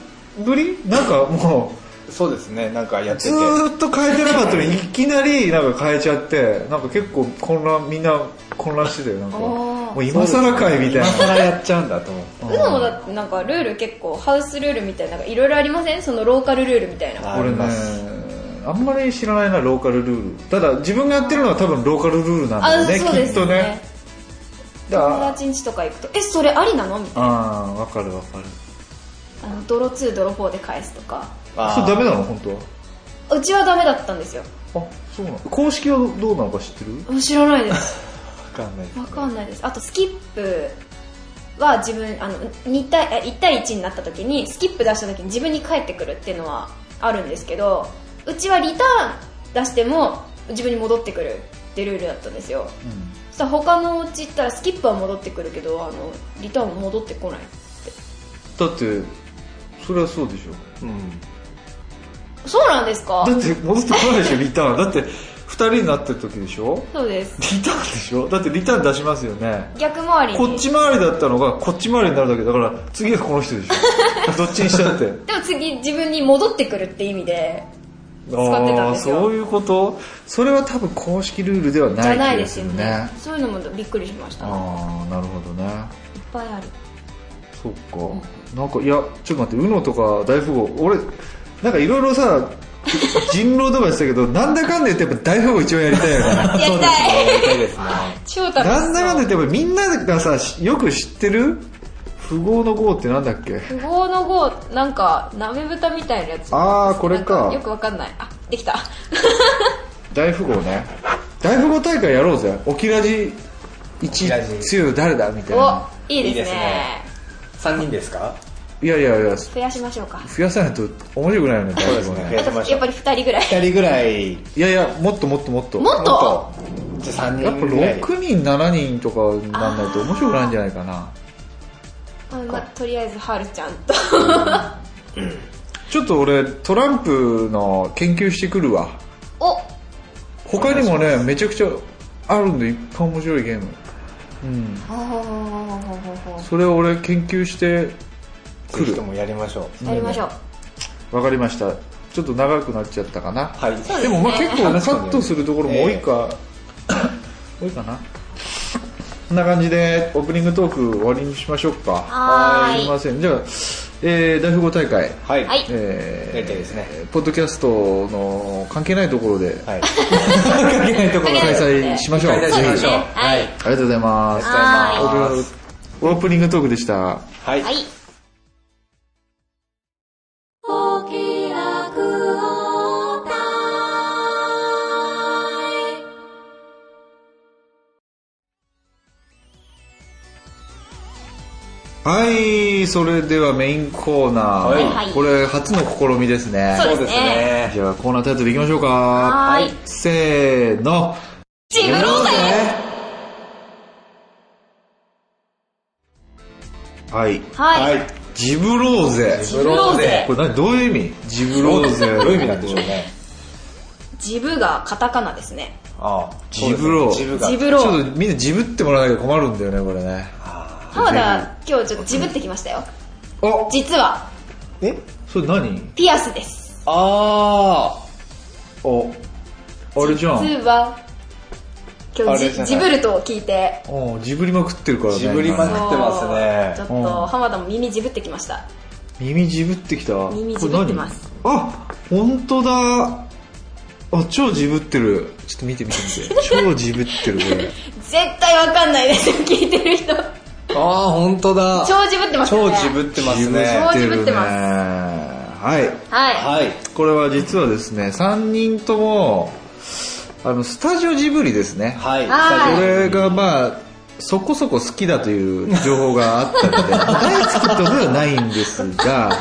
Speaker 4: ぶりなんかもう
Speaker 5: そうですね、なんかやってて
Speaker 4: ず。ーっと変えてなかったのにいきなりなんか変えちゃってなんか結構混乱みんな混乱してたよなんか
Speaker 6: あー
Speaker 4: もう今更かいみた
Speaker 5: 今
Speaker 4: いな
Speaker 5: 更やっちゃうんだと思う。
Speaker 6: うのもだってなんかルール結構ハウスルールみたいななんかいろいろありませんそのローカルルールみたいな
Speaker 5: あ
Speaker 4: 俺
Speaker 5: り
Speaker 4: ね
Speaker 5: ます
Speaker 4: あんまり知らないなローカルルールただ自分がやってるのは多分ローカルルールなんだよね
Speaker 6: そうで
Speaker 4: きっ
Speaker 6: す
Speaker 4: と
Speaker 6: よ
Speaker 4: ね
Speaker 6: ね
Speaker 4: だ
Speaker 6: 友達ん家とか行くとえそれありなのみたい
Speaker 4: ああわかるわかる
Speaker 6: なあの泥2泥4で返すとか
Speaker 5: あー
Speaker 4: それダメなの本当は
Speaker 6: うちはダメだったんですよ
Speaker 4: あそうなの公式はどうなのか知ってる
Speaker 6: あ知らないです
Speaker 5: わか んないです
Speaker 6: わかんないですあとスキップは自分あの2対あ1対1になった時にスキップ出した時に自分に返ってくるっていうのはあるんですけどうちはリターン出しても自分に戻ってくるってルールだったんですよ、そしたら他のお家行ったらスキップは戻ってくるけどあのリターンは戻ってこない
Speaker 4: だってそれはそうでしょ
Speaker 5: うん
Speaker 6: そうなんですか
Speaker 4: だって戻ってこないでしょリターンだって2人になってる時でしょ
Speaker 6: そうです
Speaker 4: リターンでしょだってリターン出しますよね
Speaker 6: 逆回りに
Speaker 4: こっち回りだったのがこっち回りになるだけだから次はこの人でし ょどっちにしちゃって
Speaker 6: でも次自分に戻ってくるって意味で使ってたんですよ
Speaker 4: あーそういうことそれは多分公式ルールでは
Speaker 6: じ
Speaker 4: な
Speaker 6: ゃ
Speaker 4: い
Speaker 6: ない
Speaker 4: 気
Speaker 6: で
Speaker 4: が
Speaker 6: す
Speaker 4: す
Speaker 6: よ
Speaker 4: る
Speaker 6: ね
Speaker 4: ね
Speaker 6: そういうのもびっくりしましたいっ
Speaker 4: ああなるほどね
Speaker 6: ぱいある
Speaker 4: そっか、なんかいやちょっと待って UNO とか大富豪俺なんかいろいろさ 人狼とかしてたけどなんだかんだ言ってやっぱ大富豪一番やりたい よね
Speaker 6: やりたい
Speaker 5: やりたいですね
Speaker 6: 超楽しそう
Speaker 4: なんだかんだ言ってやっぱみんながさしよく知ってる富豪の豪ってなんだっけ
Speaker 6: 富豪の豪なんか鍋豚みたいなやつ
Speaker 4: あーこれか
Speaker 6: なんよくわかんないあで きた
Speaker 4: 大富豪ね大富豪大会やろうぜオキラジ
Speaker 5: オキラジ
Speaker 4: 1強いの誰だみたいな
Speaker 6: おいいで
Speaker 5: い
Speaker 6: すね
Speaker 5: いですね3人ですか
Speaker 4: いやいやいや
Speaker 6: 増やしましょうか
Speaker 4: 増やさないと面白くないよね大富豪
Speaker 5: そうです
Speaker 4: ね
Speaker 5: ね
Speaker 6: あとやっぱり2人ぐらい
Speaker 5: 2人ぐらい
Speaker 4: いやいやもっともっともっと
Speaker 6: もっと
Speaker 5: じゃあ3
Speaker 4: やっ
Speaker 5: 人
Speaker 4: ぱ
Speaker 5: ぐらい
Speaker 4: 6人7人とかになんないと面白くないんじゃないかな
Speaker 6: あまあとりあえずはるちゃんと
Speaker 4: ちょっと俺トランプの研究してくるわ
Speaker 6: お
Speaker 4: 他にもねめちゃくちゃあるんでいっぱい面白いゲームうん
Speaker 6: ほうほうほうほうほうほうほ
Speaker 4: それを俺研究して
Speaker 5: ぜ
Speaker 4: 来
Speaker 5: ひ
Speaker 4: る
Speaker 5: ともやりましょう
Speaker 6: うやりましょう
Speaker 4: わかりましたちょっと長くなっちゃったかな
Speaker 5: はい
Speaker 4: でもまあ結構
Speaker 5: ね
Speaker 4: カットするところも多いか、多いかなこんな感じでオープニングトーク終わりにしましょうか
Speaker 6: はーい
Speaker 4: すいませんじゃあ、えー、大富豪大会
Speaker 5: はい、
Speaker 6: はい
Speaker 4: えー
Speaker 5: やりたいですね
Speaker 4: ポッドキャストの関係ないところで
Speaker 5: はい、
Speaker 4: 関係ないところ開催しましょう
Speaker 5: 開催しましょう
Speaker 4: ぜ
Speaker 5: はい
Speaker 4: ひありがとうございます
Speaker 5: ありがとうございます
Speaker 4: オープニングトークでした
Speaker 5: はい
Speaker 6: はい
Speaker 4: はいそれではメインコーナー、
Speaker 5: はい
Speaker 4: これ初の試みですね
Speaker 6: そう
Speaker 5: そうですね
Speaker 4: じゃあコーナータイトルいきましょうかは
Speaker 6: はい
Speaker 4: せーの
Speaker 6: チームローゼ
Speaker 4: はい
Speaker 6: はい、
Speaker 5: はい
Speaker 4: ジブローゼ
Speaker 6: ジブローゼ
Speaker 4: これ何どういう意味ジブ
Speaker 5: どう
Speaker 4: ロー
Speaker 5: です
Speaker 4: ゼ
Speaker 5: ねどういう意味なんでしょうね
Speaker 6: ジブがカタカナですね
Speaker 5: ああ
Speaker 4: ジブロ
Speaker 5: ジブが
Speaker 6: ジブ
Speaker 4: ち
Speaker 6: ロ
Speaker 4: ょっ
Speaker 6: ー
Speaker 4: とみんなジブってもらわなきゃ困るんだよねこれね
Speaker 6: 浜田今日ちょっとジブってきましたよ
Speaker 4: あ
Speaker 6: 実は
Speaker 5: え
Speaker 4: それ何
Speaker 6: ピアスです
Speaker 5: あ
Speaker 4: ああれじゃん
Speaker 6: 実は今
Speaker 5: あ
Speaker 6: 日
Speaker 5: れ
Speaker 6: ジ
Speaker 5: じゃない
Speaker 6: ジブルと聞いて
Speaker 4: うんジブりまくってるからね
Speaker 5: ジブりまく
Speaker 4: 今
Speaker 5: ってますね
Speaker 6: ちょっと浜田も耳ジブってきました
Speaker 4: 耳ジブってきた
Speaker 6: 耳ジブってます
Speaker 4: これ何あ本当だあ超ジブってるちょっと見て見て 見て超ジブってるこれ
Speaker 6: 絶対わかんないです よ聞いてる人
Speaker 5: あああ本当だ
Speaker 6: 超ジブってます
Speaker 5: 超
Speaker 6: よね
Speaker 5: ジブってます
Speaker 6: ジ
Speaker 5: ね
Speaker 6: ブジブってます
Speaker 4: はい
Speaker 6: はい
Speaker 5: はい
Speaker 4: これは実はですね3人ともあのスタジオジブリですね
Speaker 5: はい
Speaker 6: は
Speaker 5: ス
Speaker 6: い
Speaker 5: タジ
Speaker 4: 俺がまあそこそこ好きだという情報があったので大好きってことではないんですが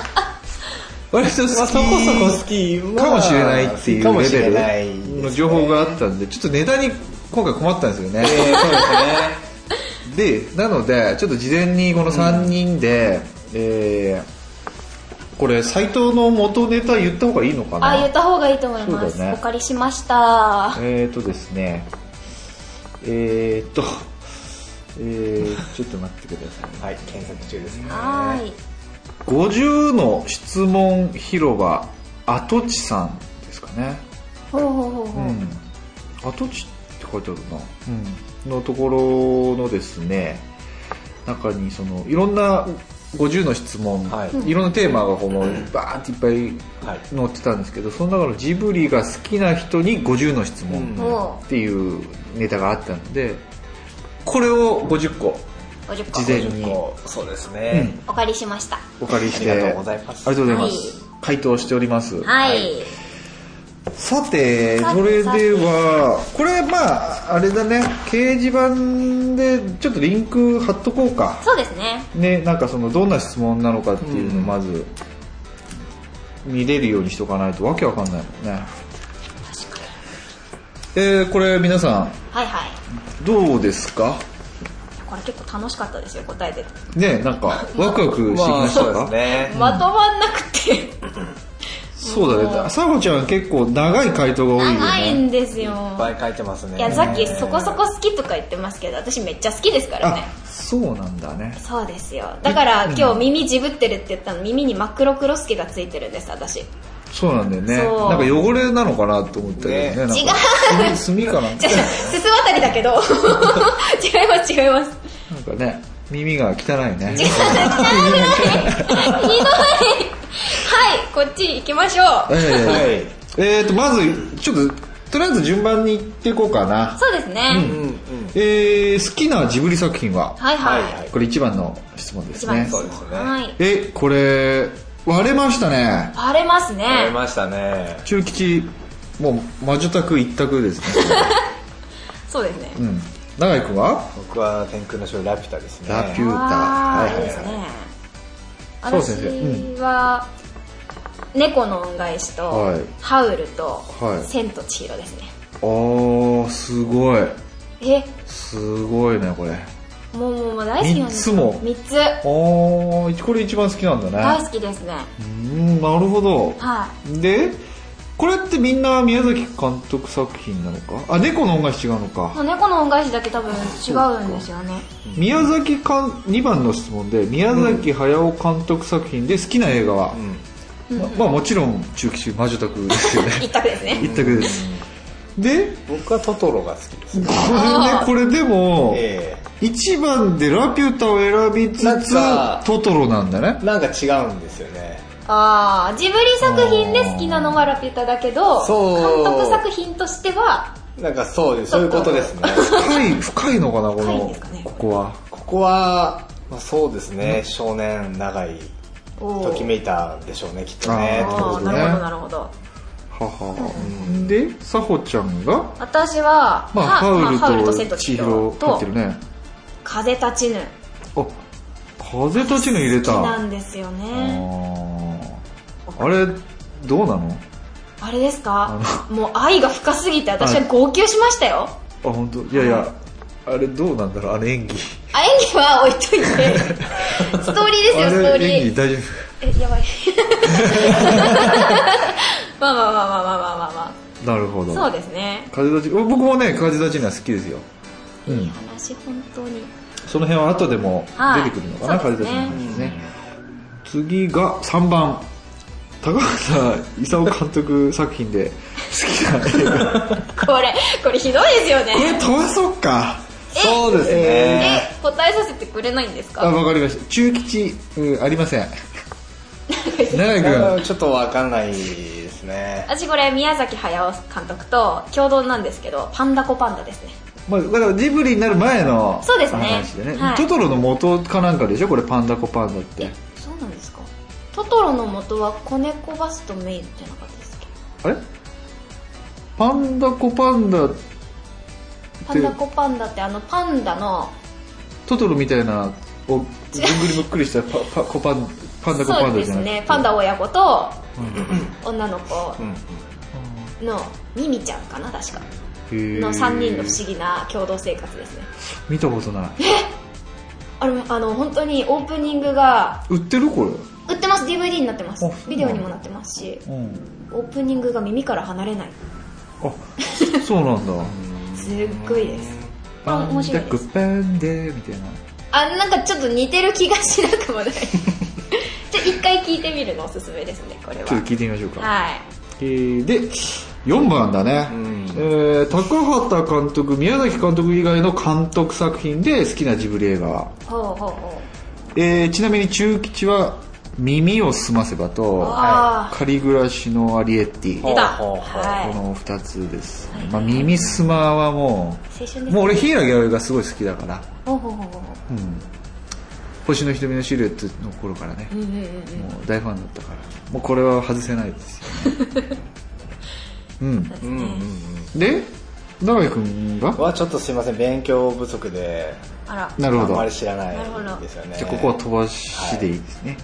Speaker 4: 割と好き
Speaker 5: まあそこそこ好きは
Speaker 4: かもしれないってい
Speaker 5: か
Speaker 4: う
Speaker 5: も
Speaker 4: レ
Speaker 5: しれな
Speaker 4: ベ
Speaker 5: いです
Speaker 4: ル
Speaker 5: ね
Speaker 4: の情報があったんでちょっとネタに今回困ったんですよね
Speaker 5: オえーそうですね
Speaker 4: でなのでちょっと事前にこの3人で、えーこれ斎藤の元ネタ言った方がいいのかな
Speaker 6: あ言った方がいいと思いま
Speaker 4: そう
Speaker 6: す、
Speaker 4: だね
Speaker 6: お借りしました
Speaker 4: えーとですね、えーと、えー、ちょっと待ってくださいね。
Speaker 5: はい検索中ですね
Speaker 6: はーい
Speaker 4: 50の質問広場、跡地さんですかね。
Speaker 6: ほうほうほうほう、
Speaker 4: うん。跡地って書いてあるな。うん。のところのですね、中にその、いろんな50の質問、、
Speaker 5: はい
Speaker 4: ろんなテーマがこの、バーっていっぱ
Speaker 5: はい
Speaker 4: い載ってたんですけど、その中のジブリが好きな人に50の質問。
Speaker 5: うん
Speaker 6: も
Speaker 4: っていうネタがあったのでこれを50個
Speaker 6: う50個
Speaker 4: 事前に
Speaker 5: こうそうですね
Speaker 6: お借りしました
Speaker 4: お借りして
Speaker 5: ありがとうございます
Speaker 4: ありがとうございます回答しております
Speaker 6: はい、
Speaker 4: さて
Speaker 6: さて
Speaker 4: それではこれまああれだね掲示板でちょっとリンク貼っとこうか
Speaker 6: そうですね
Speaker 4: ねなんかそのどんな質問なのかっていうのをまず見れるようにしとかないとわけわかんないもんねえー、これ皆さ
Speaker 6: はいはい
Speaker 4: んどうですか
Speaker 6: これ結構楽しかったですよ答えてて
Speaker 4: ねなんかワクワクしてきま したか、
Speaker 5: ね
Speaker 6: まとまんなくて
Speaker 4: そうだねサゴちゃん結構長い回答が多いよね
Speaker 6: 長いんですよ
Speaker 5: いっぱい書いてますね
Speaker 6: いやさっきそこそこ好きとか言ってますけど私めっちゃ好きですからね
Speaker 4: あそうなんだね
Speaker 6: そうですよだから今日耳じぶってるって言ったの耳に真っ黒クロスケがついてるんです私違う
Speaker 4: そうなんだよね
Speaker 6: そう
Speaker 4: なんか汚れなのかなと思ったけどね
Speaker 5: ね
Speaker 4: なんか
Speaker 6: 違う
Speaker 4: 炭炭かなんか
Speaker 6: すす渡りだけど違います違います
Speaker 4: なんかね耳が汚いね
Speaker 6: ひどいはいこっち行きましょう
Speaker 4: ええ
Speaker 5: はい
Speaker 4: えーとまずちょっととりあえず順番にいっていこうかな、
Speaker 6: そうですね、
Speaker 4: えー、好きなジブリ作品は
Speaker 6: はいはい、
Speaker 5: はいはい
Speaker 4: これ一番の質問です
Speaker 6: 一番
Speaker 4: ね
Speaker 6: の質
Speaker 5: そう
Speaker 6: 問
Speaker 5: ですね
Speaker 6: はい
Speaker 4: えこれ割れましたね
Speaker 6: 割れますね
Speaker 5: やりましたね
Speaker 4: 中吉もう魔女宅一択ですね、
Speaker 6: そうですね
Speaker 4: うん、永井君は
Speaker 5: 僕は天空の城ラピュタですね
Speaker 4: ラピュータ
Speaker 6: あ
Speaker 4: はい
Speaker 6: ーいい
Speaker 4: はい
Speaker 6: ですね
Speaker 4: そう先生
Speaker 6: 私は猫の恩返しと
Speaker 4: はい
Speaker 6: ハウルと
Speaker 4: はい
Speaker 6: 千と千尋ですね
Speaker 4: はいああすごい
Speaker 6: え
Speaker 4: すごいねこれ
Speaker 6: もうもうもう大好きなんです
Speaker 4: 三つも
Speaker 6: 3つ
Speaker 4: ああこれ一番好きなんだ
Speaker 6: 大
Speaker 4: ね
Speaker 6: 好きですね
Speaker 4: うんなるほど
Speaker 6: は
Speaker 4: でこれってみんな宮崎監督作品なのかあ猫の恩返し違うの
Speaker 6: い
Speaker 4: か、
Speaker 6: もう猫の恩返しだけ多分違うんですよね
Speaker 4: 宮崎監2番の質問で宮崎駿監督作品で好きな映画は、ままあもちろん中吉魔女宅です よね
Speaker 6: 一択ですね
Speaker 4: 一択です、で
Speaker 5: 僕はトトロが好きですね
Speaker 4: これねこれでも、
Speaker 5: え
Speaker 4: 一番でラピュタを選びつ
Speaker 5: なん
Speaker 4: つ
Speaker 5: か
Speaker 4: トトロなんだね
Speaker 5: えなんか違うんですよね
Speaker 6: ああジブリ作品で好きなのはラピュタだけど
Speaker 5: そう
Speaker 6: 監督作品としては
Speaker 5: なんかそうですそういうことですね
Speaker 4: 深い深いのかなこ
Speaker 6: 深いん
Speaker 4: の、
Speaker 6: ですかね
Speaker 4: ここは
Speaker 5: ここは、まあ、そうですね、少年長いときめいたんでしょうねきっとね
Speaker 4: あー
Speaker 6: ああ
Speaker 4: なるほど
Speaker 6: なるほど
Speaker 4: ね
Speaker 6: なるほど
Speaker 4: ははでさほちゃんが
Speaker 6: 私は、
Speaker 4: まあ、
Speaker 6: は
Speaker 4: ハウルと
Speaker 6: 千と
Speaker 4: 千尋
Speaker 6: 千尋
Speaker 4: 入っ
Speaker 6: と
Speaker 4: てるね
Speaker 6: 風立ちぬ
Speaker 4: あ風立ちぬ入れ
Speaker 6: 好
Speaker 4: た
Speaker 6: きなんですよね
Speaker 4: あーあれどうなの
Speaker 6: あれですかもう愛が深すぎて私は号泣しましたよ
Speaker 4: あ本当いやいやあれどうなんだろうあれ演技
Speaker 6: あ演技は置いとい てストーリーですよ
Speaker 4: あ
Speaker 6: ストーリ
Speaker 4: れ演技
Speaker 6: ー
Speaker 4: 大丈夫
Speaker 6: えやばいまあまあまあまあまあまあまあ、ま
Speaker 4: なるほ
Speaker 6: あ、
Speaker 4: ど
Speaker 6: そうですね
Speaker 4: 風立ちぬ僕もね風立ちぬは好きですようん
Speaker 6: いい話本当に
Speaker 4: その辺は後でも
Speaker 6: はい
Speaker 4: 出てくるのかな、
Speaker 6: そ
Speaker 4: 風
Speaker 6: うで
Speaker 4: 立
Speaker 6: す
Speaker 4: ち
Speaker 6: ね
Speaker 4: の話ね。次が3番。高畑勲監督作品で好きな映画。
Speaker 6: これこれひどいですよ
Speaker 4: これ
Speaker 6: ね
Speaker 4: 飛ばそうか。
Speaker 5: そうですね、
Speaker 6: え答えさせてくれないんです
Speaker 4: あ、
Speaker 6: か
Speaker 4: わかりました。中吉、うん、ありません。長井
Speaker 5: あ
Speaker 4: 君
Speaker 5: ーちょっとわかんないですね
Speaker 6: 私これ宮崎駿監督と共同なんですけどパンダコパンダですね
Speaker 4: まあ、だからジブリになる前の
Speaker 6: そうですね
Speaker 4: 話でね
Speaker 6: はい
Speaker 4: トトロの元かなんかでしょこれパンダコパンダって
Speaker 6: そうなんですかトトロの元は子猫バスとメインじゃなかったですっけ
Speaker 4: あれパンダコパンダ
Speaker 6: パンダコパンダってあのパンダの
Speaker 4: トトロみたいなおずんぐりむっくりしたパパコパンパンダコパン
Speaker 6: そう
Speaker 4: ダ
Speaker 6: で
Speaker 4: じ
Speaker 6: す
Speaker 4: ゃない
Speaker 6: ねパンダ親子と女の子
Speaker 5: うん
Speaker 6: のミミちゃんかな確か
Speaker 4: の
Speaker 6: の3人の不思議な共同生活ですね
Speaker 4: 見たこと ない
Speaker 6: あれあの本当にオープニングが
Speaker 4: 売ってるこ
Speaker 6: 売ってます DVD になってます
Speaker 4: あそうなんだ
Speaker 6: ビデオにもなってますし
Speaker 4: れうん
Speaker 6: オープニングが耳から離れない
Speaker 4: あ そうなんだ
Speaker 6: すっごいですあ
Speaker 4: パン
Speaker 6: 面白
Speaker 4: ダ
Speaker 6: い
Speaker 4: コ
Speaker 6: です
Speaker 4: パンデみたいな
Speaker 6: あなんかちょっと似てる気がしなくもない じゃあ一回聞いてみるのおすすめですねこれは
Speaker 4: ちょっと聞いてみましょうか、
Speaker 6: はい
Speaker 4: えーで4番だね、
Speaker 5: ん
Speaker 4: えー高畑監督宮崎監督以外の監督作品で好きなジブリ映画は、
Speaker 6: ほうほうほ
Speaker 4: えーちなみに中吉は「耳をすませば」
Speaker 6: う
Speaker 4: と「
Speaker 6: ああ
Speaker 4: 仮暮らしのアリエッティ」
Speaker 5: ほ
Speaker 4: こ
Speaker 6: 出
Speaker 5: う
Speaker 6: た
Speaker 5: ほうほう
Speaker 6: は
Speaker 4: の2つですね、まあ、耳すまはも
Speaker 6: い青春
Speaker 4: う
Speaker 6: です
Speaker 4: もう俺柊葵がすごい好きだから
Speaker 6: ほうほうほうほ
Speaker 4: 星の瞳のシルエットの頃からね、
Speaker 6: ううんうんうん
Speaker 4: も う大ファンだったからもうこれは外せないですようん
Speaker 5: うんうんうん
Speaker 4: で長井君が
Speaker 5: はちょっとすいません勉強不足で
Speaker 6: あら
Speaker 4: なるほ
Speaker 5: あん
Speaker 4: ど
Speaker 5: まり知らない
Speaker 6: なるほど
Speaker 5: ですよね
Speaker 4: じゃあここは飛ばしでいいですね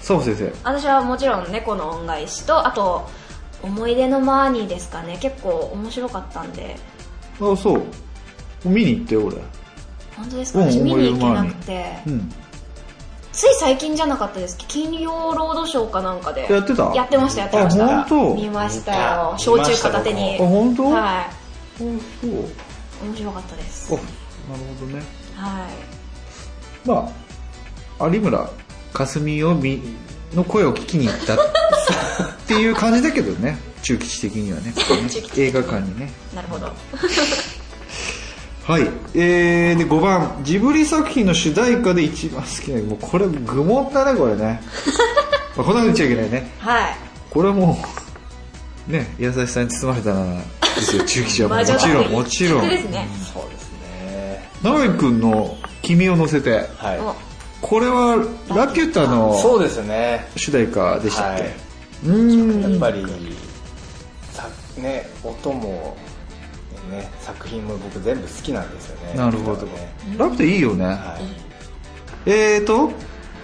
Speaker 4: 澤、は先
Speaker 6: 私はもちろん猫の恩返しとあと思い出のマーニーですかね結構面白かったんで
Speaker 4: 生あそう見に行ってよ俺
Speaker 6: 本当ですか
Speaker 4: うん
Speaker 6: 私見
Speaker 4: 思い出
Speaker 6: に行
Speaker 4: の
Speaker 6: け
Speaker 4: マー
Speaker 6: な
Speaker 4: ニー
Speaker 6: くて
Speaker 4: うん
Speaker 6: つい最近じゃなかったですけど金曜ロードショーかなんかで
Speaker 4: やってた
Speaker 6: やってましたやってまし
Speaker 4: あ
Speaker 6: た
Speaker 4: 本当
Speaker 6: 見ました
Speaker 5: 見
Speaker 6: よ
Speaker 5: た
Speaker 6: 焼酎片手
Speaker 5: 見
Speaker 6: に
Speaker 4: あ本当、
Speaker 6: は
Speaker 4: 本当
Speaker 6: い面白かったです
Speaker 4: あなるほどね
Speaker 6: はい
Speaker 4: まあ有村架純を見の声を聞きに行 ったっていう感じだけどね 中吉的にはね映画館にね
Speaker 6: なるほど
Speaker 4: はい、えー、で5番ジブリ作品の主題歌で一番好きなもうこれ愚問だねこれ ねまあこんなこと言っちゃいけないね
Speaker 6: はい
Speaker 4: これはもうね優しさに包まれたなですよ中吉はもうもちろんもちろん
Speaker 6: 曲 ですね
Speaker 5: そうですね
Speaker 4: 長井君の「君を乗せて
Speaker 5: はい
Speaker 6: お」
Speaker 4: これは「ラピュタ」
Speaker 5: そ
Speaker 4: の
Speaker 5: うですね
Speaker 4: 主題歌でしたっけ、
Speaker 5: はいう
Speaker 4: ーん
Speaker 5: やっぱりさね音もね作品も僕全部好きなんですよね
Speaker 4: なるほど、
Speaker 5: ね
Speaker 4: ラピュタいいよね、
Speaker 5: はい
Speaker 4: えーと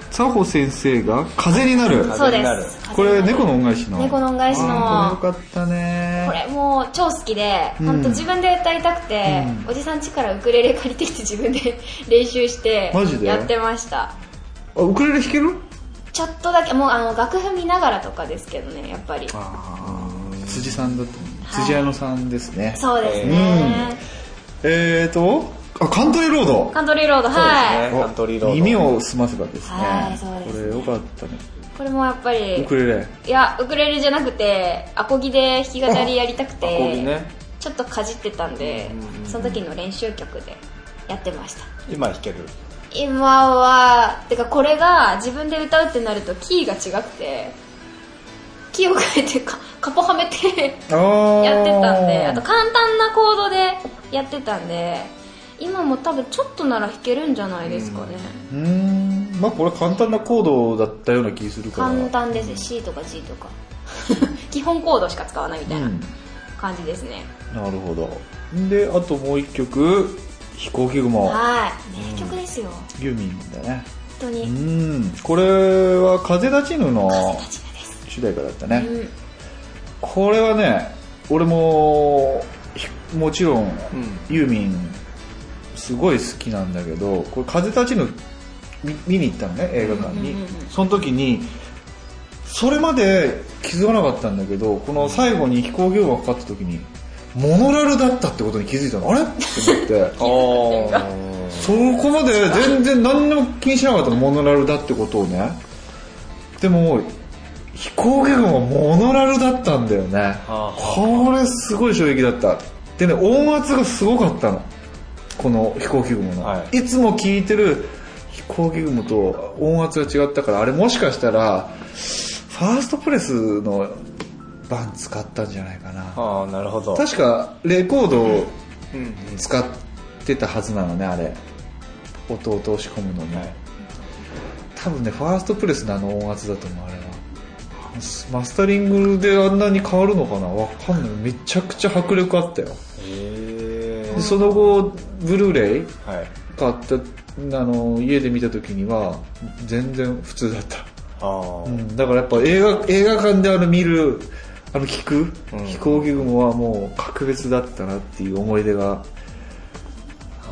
Speaker 4: 佐保先生が「風になる」
Speaker 6: そう
Speaker 5: 風
Speaker 6: で
Speaker 5: になる
Speaker 6: す
Speaker 4: これ猫の恩返しの
Speaker 6: 猫の恩返しの
Speaker 4: あーこれよかったね
Speaker 6: これもう超好きで、
Speaker 4: うん
Speaker 6: 本当自分で歌いたくて、おじさん家からウクレレ借りてきて自分で練習して
Speaker 4: マジで
Speaker 6: やってました
Speaker 4: あウクレレ弾ける
Speaker 6: ちょっとだけもうあの楽譜見ながらとかですけどねやっぱり
Speaker 4: 辻さんだった辻矢野さんですね、
Speaker 6: そうですね、
Speaker 4: えーとあカントリーロード
Speaker 6: カントリーロード
Speaker 5: そう
Speaker 6: は
Speaker 5: ですねカントリーロード
Speaker 4: 耳を澄ませばですね、
Speaker 6: はいそうです
Speaker 4: これよかったね
Speaker 6: いこれもやっぱり
Speaker 4: ウクレレ
Speaker 6: いやウクレレじゃなくてアコギで弾き語りやりた く
Speaker 5: アコギ
Speaker 6: て、
Speaker 5: ね
Speaker 6: ちょっとかじってたんで、その時の練習曲でやってました
Speaker 5: 今弾ける
Speaker 6: 今はてかこれが自分で歌うってなるとキーが違くてキーを変えてかカポはめて
Speaker 4: あー
Speaker 6: やってたんであと簡単なコードでやってたんで今も多分ちょっとなら弾けるんじゃないですかね、
Speaker 4: うーんまあこれ簡単なコードだったような気するから
Speaker 6: 簡単ですね C とか G とか 基本コードしか使わないみたいな
Speaker 4: うん
Speaker 6: 感じですね、
Speaker 4: なるほどであともう一曲「飛行機雲」
Speaker 6: はい名曲ですよ
Speaker 4: ユーミンだね
Speaker 6: 本当に、
Speaker 4: う
Speaker 6: うん、
Speaker 4: んこれは「風立ちぬ」の主題歌だったね、これはね俺もひもちろん、ユーミンすごい好きなんだけどこれ「風立ちぬ」み見に行ったのね映画館に、その時にそれまで気づかなかったんだけどこの最後に飛行機雲がかかった時にモノラルだったってことに気づいたのあれって思って
Speaker 5: お
Speaker 4: そこまで全然何にも気にしなかったのモノラルだってことをねでも飛行機雲はモノラルだったんだよね
Speaker 5: あ
Speaker 4: これすごい衝撃だったでね音圧がすごかったのこの飛行機雲の、、
Speaker 5: はい
Speaker 4: つも聞いてる飛行機雲と音圧が違ったからあれもしかしたらファーストプレスのバン使ったんじゃないかな
Speaker 5: ああなるほど
Speaker 4: 確かレコードを
Speaker 5: うんうん
Speaker 4: 使ってたはずなのねあれ音を通し込むのに、
Speaker 5: はい
Speaker 4: 多分ねファーストプレスのあの音圧だと思うあれはマスタリングであんなに変わるのかなわかんないめちゃくちゃ迫力あったよ
Speaker 5: へ
Speaker 4: でその後ブルーレイ
Speaker 5: えはい
Speaker 4: 買ったあの家で見た時には全然普通だった
Speaker 5: ああ
Speaker 4: うんだからやっぱ映画映画館であの見るあの聞く、飛行機雲はもう格別だったなっていう思い出が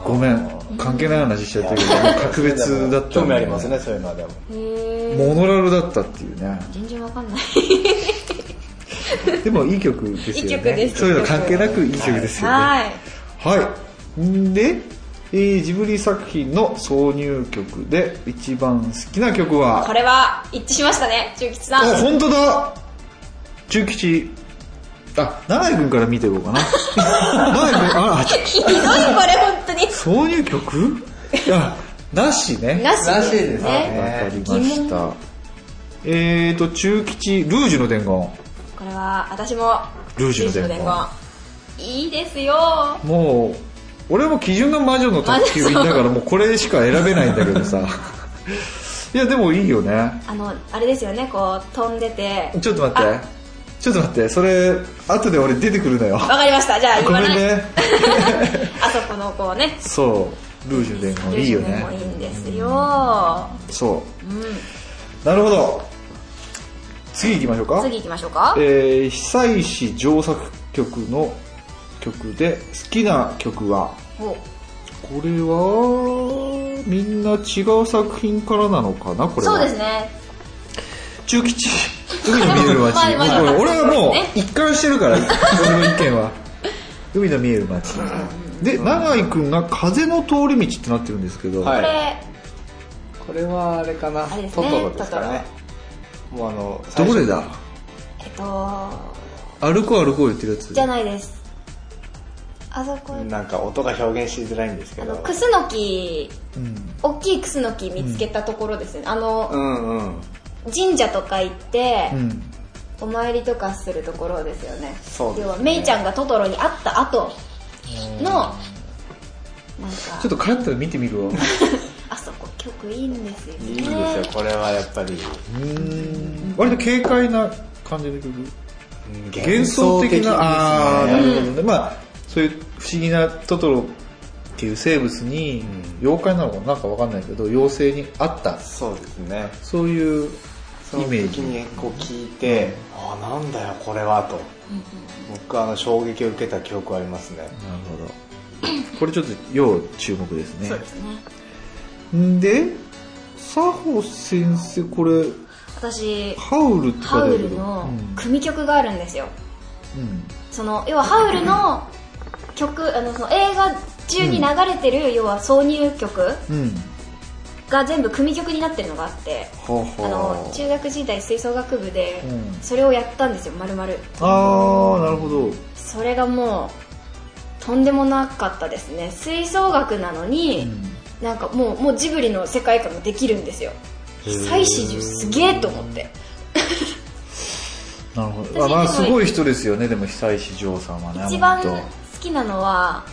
Speaker 4: ごめん関係ない話しちゃったけど格別だった
Speaker 5: 興
Speaker 4: んだよ
Speaker 5: 味ありますねそういうのはでも
Speaker 4: モノラルだったっていうね
Speaker 6: 全然わかんない
Speaker 4: でもいい曲ですよね
Speaker 6: いい曲です
Speaker 4: そういうの関係なくいい曲ですよね
Speaker 6: はい
Speaker 4: はいんで、えージブリ作品の挿入曲で一番好きな曲は
Speaker 6: これは一致しましたね中吉さ
Speaker 4: あ、
Speaker 6: ん
Speaker 4: 本当だ中吉。あ、長井くんから見ていこうか な。長井くん、あ、ちょ
Speaker 6: ひどいこれ本当に
Speaker 4: 挿入曲いや、なしね。わ
Speaker 6: なし
Speaker 5: しです
Speaker 6: ね
Speaker 4: かりました。えーと、中吉、ルージュの伝言。
Speaker 6: これは私も
Speaker 4: ルージュの伝言
Speaker 6: ルいいですよ
Speaker 4: もう、俺も基準が魔女の宅急便だからもうこれしか選べないんだけど さ。いや、でもいいよね。
Speaker 6: あのあれですよねこう飛んでて
Speaker 4: ちょっと待って
Speaker 6: あ。
Speaker 4: ちょっと待ってそれ後で俺出てくるのよ
Speaker 6: わかりましたじゃあ言
Speaker 4: ご
Speaker 6: わ
Speaker 4: めん
Speaker 6: ない、
Speaker 4: ね
Speaker 6: あそこの子をね
Speaker 4: そうルージュ伝言いいよ
Speaker 6: もいい
Speaker 4: ね
Speaker 6: んですよ
Speaker 4: そう、なるほど次行きましょうか
Speaker 6: 次行きましょうか
Speaker 4: えー久石上作曲の曲で好きな曲は
Speaker 6: お
Speaker 4: これはみんな違う作品からなのかなこれは
Speaker 6: そうですね
Speaker 4: 中吉海の見える街
Speaker 6: まあまあ
Speaker 4: もうこれ俺はもう
Speaker 6: そうです
Speaker 4: 一貫してる から俺の意見は海の見える街で永井君が「風の通り道」ってなってるんですけど、
Speaker 5: は
Speaker 6: こ
Speaker 5: い
Speaker 6: れ
Speaker 5: これはあれかな
Speaker 6: あれです
Speaker 5: ト
Speaker 6: ね
Speaker 5: トロですかねもうあの
Speaker 4: ど
Speaker 5: 最初
Speaker 4: こでだ
Speaker 6: えっと
Speaker 4: 歩こう歩こう言ってるやつ
Speaker 6: じゃないですあそこ
Speaker 5: なんか音が表現しづらいんですけ
Speaker 6: あ
Speaker 5: ど
Speaker 6: のクスノキ
Speaker 4: うん
Speaker 6: 大きいクスノキ見つけたところですね、あ
Speaker 5: う
Speaker 6: の
Speaker 5: んうん
Speaker 6: 神社とか行って、
Speaker 4: うん
Speaker 6: お参りとかするところですよね
Speaker 5: そうですね
Speaker 6: 要はメイちゃんがトトロに会った後のなんか
Speaker 4: ちょっと帰ったら見てみるわ
Speaker 6: あそこ曲いいんですよね
Speaker 5: いいですよこれはやっぱり
Speaker 4: 割と軽快な感じの曲幻想的なああーなるほどね、まあそういう不思議なトトロっていう生物に、妖怪なのかななんかわかんないけど妖精にあった
Speaker 5: そうですね
Speaker 4: そういうイ
Speaker 5: その時
Speaker 4: メージ
Speaker 5: にこう聞いて、ああなんだよこれはと、僕はあの衝撃を受けた記憶はありますね、
Speaker 4: なるほどこれちょっと要注目ですね
Speaker 6: そうですね
Speaker 4: んで佐保先生これ
Speaker 6: 私
Speaker 4: ハウルって書
Speaker 6: ハ
Speaker 4: い
Speaker 6: ウ
Speaker 4: てある
Speaker 6: ル
Speaker 4: けど
Speaker 6: の
Speaker 4: うん
Speaker 6: 組曲があるんですよ
Speaker 4: うん
Speaker 6: その要はハウルの曲あのその映画中に流れてる、要は挿入曲
Speaker 4: うん
Speaker 6: が全部組曲になってるのがあって
Speaker 4: は
Speaker 6: あの中学時代吹奏楽部で
Speaker 4: うん
Speaker 6: それをやったんですよ丸々
Speaker 4: ああなるほど
Speaker 6: それがもうとんでもなかったですね吹奏楽なのに、なんかもうもうジブリの世界観ができるんですよ久石樹すげえと思って
Speaker 4: なるほ
Speaker 6: 私
Speaker 4: どあまあ
Speaker 6: いつ
Speaker 4: す
Speaker 6: も
Speaker 4: ごい人ですよねでも久石譲さんはね
Speaker 6: 一番
Speaker 4: 本
Speaker 6: 好きなのは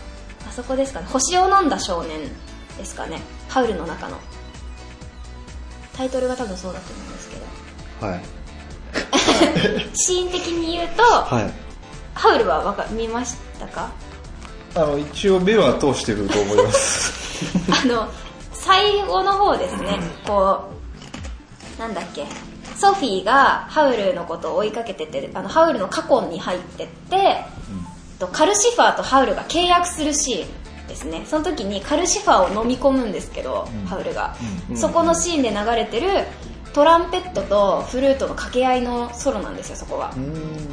Speaker 6: あそこですかね星を飲んだ少年ですかねハウルの中のタイトルが多分そうだと思うんですけど
Speaker 4: 当はい
Speaker 6: シーン的に言うと、
Speaker 4: はい
Speaker 6: ハウルはわか見ましたか
Speaker 4: あの一応目は通してると思います
Speaker 6: あの最後の方ですねこうなんだっけソフィーがハウルのことを追いかけててあのハウルの過去に入ってって、とカルシファーとハウルが契約するシーンですねその時にカルシファーを飲み込むんですけど、ハウルが、そこのシーンで流れてるトランペットとフルートの掛け合いのソロなんですよそこは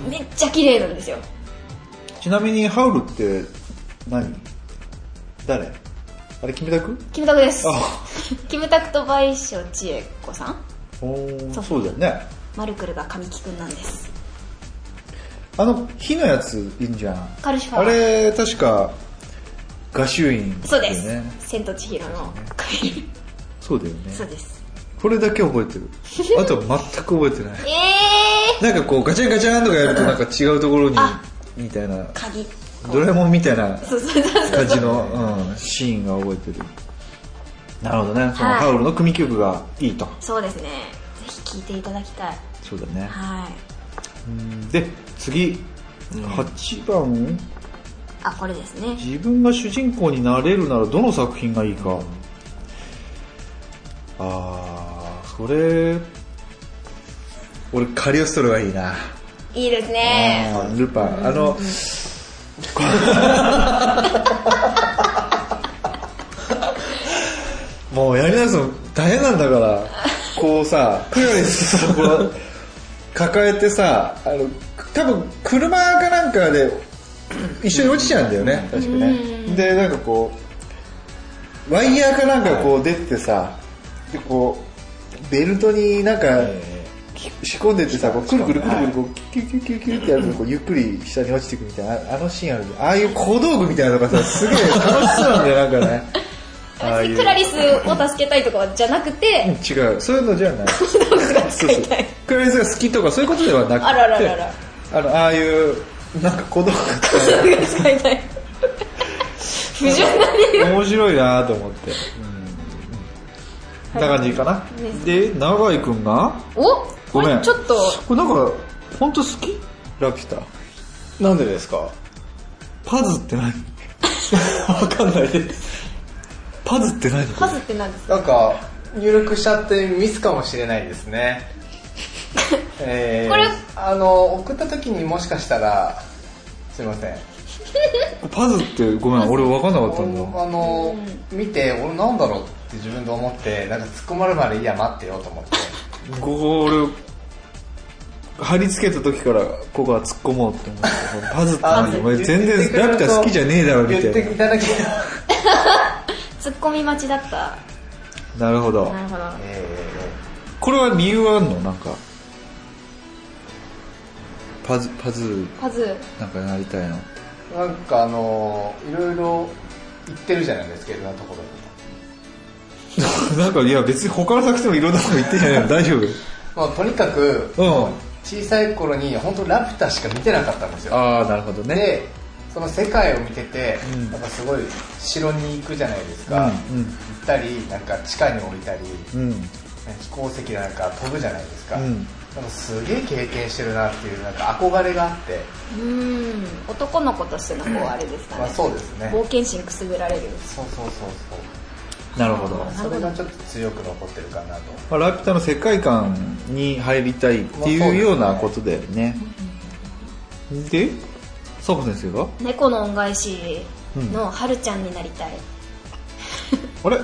Speaker 6: めっちゃ綺麗なんですよ
Speaker 4: ちなみにハウルって何誰あれキムタク
Speaker 6: キムタクです
Speaker 4: あ
Speaker 6: キムタクと倍賞千恵子さん
Speaker 4: おー
Speaker 6: そう
Speaker 4: そうだよね
Speaker 6: マルクルが神木くんなんです
Speaker 4: あの火のやついいんじゃん
Speaker 6: カルシファー
Speaker 4: あれ確か画集院だ
Speaker 6: そう
Speaker 4: よ
Speaker 6: です
Speaker 4: ね
Speaker 6: 「千と千尋の神」
Speaker 4: そうだよね
Speaker 6: そうです
Speaker 4: これだけ覚え てるあとは全く覚えてない
Speaker 6: ええ
Speaker 4: なんかこうガチャンガチャンとかやるとなんか違うところにみたいな
Speaker 6: ー、鍵
Speaker 4: ドラえもんみたいな
Speaker 6: そうそうそう
Speaker 4: 感じの、うん、シーンが覚えてるなるほどねそのハウルの組曲がいいと、
Speaker 6: そうですねぜひ聴いていただきたい
Speaker 4: そうだね
Speaker 6: はい
Speaker 4: で次、8番
Speaker 6: あこれですね
Speaker 4: 自分が主人公になれるならどの作品がいいか、ああそれ俺カリオストロがいいない
Speaker 6: いですね
Speaker 4: あールパンあの、 もうやり直すの大変なんだからこうさクラリスさこう抱えてさあの多分車かなんかで一緒に落ちちゃうんだよね、確かねでなんかこうワイヤーかなんかこう出てさでこうベルトになんか仕込んでてさこうくるくるくるくるこうキュキュキュキュキュってやるとこうゆっくり下に落ちていくみたいなあのシーンあるじゃんああいう小道具みたいなのがさすげえ楽しそうなんだよなんかねああいう
Speaker 6: クラリスを助けたいとかじゃなくて
Speaker 4: 違うそういうのじゃないそうそうクラリスが好きとかそういうことではなくて
Speaker 6: あらららら
Speaker 4: あのああいうなんか小道具
Speaker 6: 使いたい不純なね
Speaker 4: 面白いなと思って、うん、な感じかなで永井君が
Speaker 6: おこ
Speaker 4: ごめん
Speaker 6: れちょっと
Speaker 4: これなんか本当好きラピュタ
Speaker 5: なんでですか
Speaker 4: パズっ て何
Speaker 5: わかんないです。
Speaker 4: パズって何
Speaker 6: パズって何ですか
Speaker 5: なんか、入力しちゃってミスかもしれないです ね。えー、
Speaker 6: これ
Speaker 5: あの、送った時にもしかしたら、すいません。
Speaker 4: パズってごめん俺分かんなかったんだ
Speaker 5: あの、見て、俺なんだろうって自分で思って、なんか突っ込まれるまでいいや、待ってよと思って。
Speaker 4: ここ俺貼り付けた時からここは突っ込もうって思ってパズって何お前全
Speaker 5: 言って
Speaker 4: 然
Speaker 5: くれ
Speaker 4: ラ
Speaker 5: ると
Speaker 4: ピュタ好きじゃねえだろみた
Speaker 5: 言って
Speaker 4: い
Speaker 5: いただけたら。
Speaker 6: ツッコミ待ちだった
Speaker 4: ななるほど
Speaker 6: なるほど
Speaker 5: え
Speaker 4: これは理由はあんのなんかパズパズ
Speaker 6: パズ
Speaker 4: なんかなりたいの
Speaker 5: ーなんかあの、いろいろ言ってるじゃないですか、いろんなところに。
Speaker 4: なんかいや別に他の作戦もいろんなこと言ってんじゃ ないの大丈夫
Speaker 5: まあ、とにかく、
Speaker 4: うん
Speaker 5: 小さい頃に本当ラピュタしか見てなかったんですよ。
Speaker 4: ああなるほどね
Speaker 5: でその世界を見てて、
Speaker 4: うん
Speaker 5: なんかすごい城に行くじゃないですか、
Speaker 4: うんうん
Speaker 5: 行ったりなんか地下に降りたり、
Speaker 4: うん
Speaker 5: 飛行石でなんか飛ぶじゃないですか、
Speaker 4: うん
Speaker 5: なんかすげえ経験してるなっていうなんか憧れがあって、
Speaker 6: うーん男の子としてのこうあれですか
Speaker 5: まあ、
Speaker 6: ね
Speaker 5: そうですね
Speaker 6: 冒険心くすぐられる
Speaker 5: そうそうそう
Speaker 4: なるほど、ま
Speaker 5: そうそれがちょっと強く残ってるかなと
Speaker 4: あ、ラピュタの世界観に入りたいっていうようなことだよねで佐藤先生が
Speaker 6: 猫の恩返しの春ちゃんになりたい、
Speaker 4: あれ